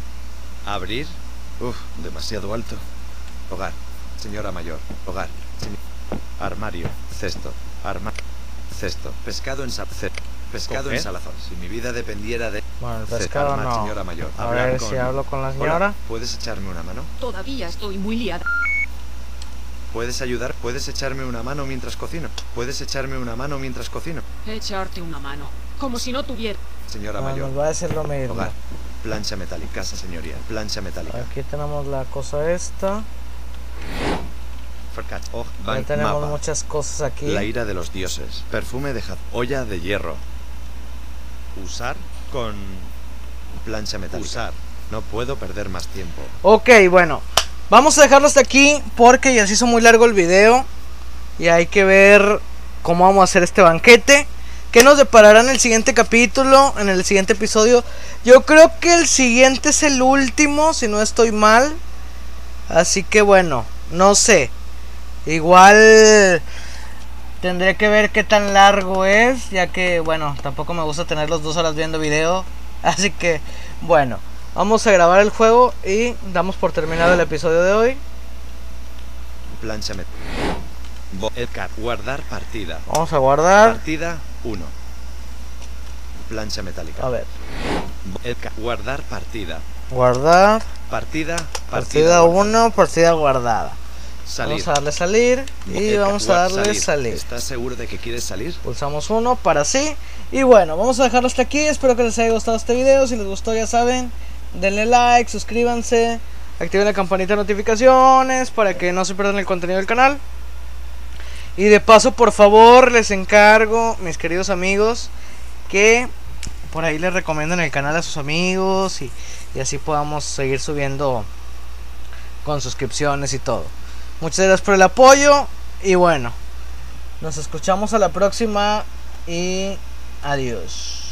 Speaker 3: Abrir. Uf, demasiado alto. Hogar. Señora mayor. Hogar. Señ- Armario. Cesto. Arma. Cesto. Pescado en sal. ce- Pescado
Speaker 2: Coger.
Speaker 3: en salazón. Si mi vida dependiera de.
Speaker 2: Bueno, el
Speaker 3: Ce-
Speaker 2: pescado
Speaker 3: arma,
Speaker 2: no.
Speaker 3: Señora mayor.
Speaker 2: A
Speaker 3: Hablar
Speaker 2: ver si
Speaker 3: con-
Speaker 2: hablo con la
Speaker 3: Hola,
Speaker 2: señora.
Speaker 3: ¿Puedes echarme una mano?
Speaker 7: Todavía estoy muy liada.
Speaker 3: ¿Puedes ayudar? ¿Puedes echarme una mano mientras cocino? ¿Puedes echarme una mano mientras cocino?
Speaker 7: Echarte una mano, como si no tuviera.
Speaker 3: Señora
Speaker 2: Ah,
Speaker 3: mayor.
Speaker 2: nos va a decir lo mismo.
Speaker 3: Hogar. Plancha metálica. Casa señoría. Plancha metálica.
Speaker 2: Aquí tenemos la cosa esta.
Speaker 3: Forcat. Oj,
Speaker 2: Ya
Speaker 3: bank,
Speaker 2: tenemos
Speaker 3: mapa.
Speaker 2: muchas cosas aquí.
Speaker 3: La ira de los dioses. Perfume de jaz. Olla de hierro. Usar con. Plancha metálica. Usar. No puedo perder más tiempo.
Speaker 2: Ok, bueno. Vamos a dejarlo hasta aquí porque ya se hizo muy largo el video. Y hay que ver cómo vamos a hacer este banquete. ¿Qué nos deparará en el siguiente capítulo? En el siguiente episodio. Yo creo que el siguiente es el último, si no estoy mal. Así que bueno, no sé. Igual Tendré que ver qué tan largo es, ya que, bueno, tampoco me gusta tener los dos horas viendo video. Así que, bueno, vamos a grabar el juego y damos por terminado el episodio de hoy.
Speaker 3: Plancha met- Bo- Edgar, guardar partida.
Speaker 2: Vamos a guardar.
Speaker 3: Partida 1. Plancha metálica.
Speaker 2: A ver,
Speaker 3: Bo- Edgar, guardar partida.
Speaker 2: guardar.
Speaker 3: Partida,
Speaker 2: Partida 1, partida guardada.
Speaker 3: Salir. Eh,
Speaker 2: Vamos a darle salir y
Speaker 3: Edgar,
Speaker 2: vamos a
Speaker 3: guard-
Speaker 2: darle salir.
Speaker 3: ¿Estás seguro de que quieres salir?
Speaker 2: Pulsamos uno para sí. Y bueno, vamos a dejarlo hasta aquí. Espero que les haya gustado este video. Si les gustó, ya saben, denle like, suscríbanse, activen la campanita de notificaciones para que no se pierdan el contenido del canal. Y de paso, por favor, les encargo, mis queridos amigos, que por ahí les recomienden el canal a sus amigos y, y así podamos seguir subiendo con suscripciones y todo. Muchas gracias por el apoyo y bueno, nos escuchamos a la próxima y adiós.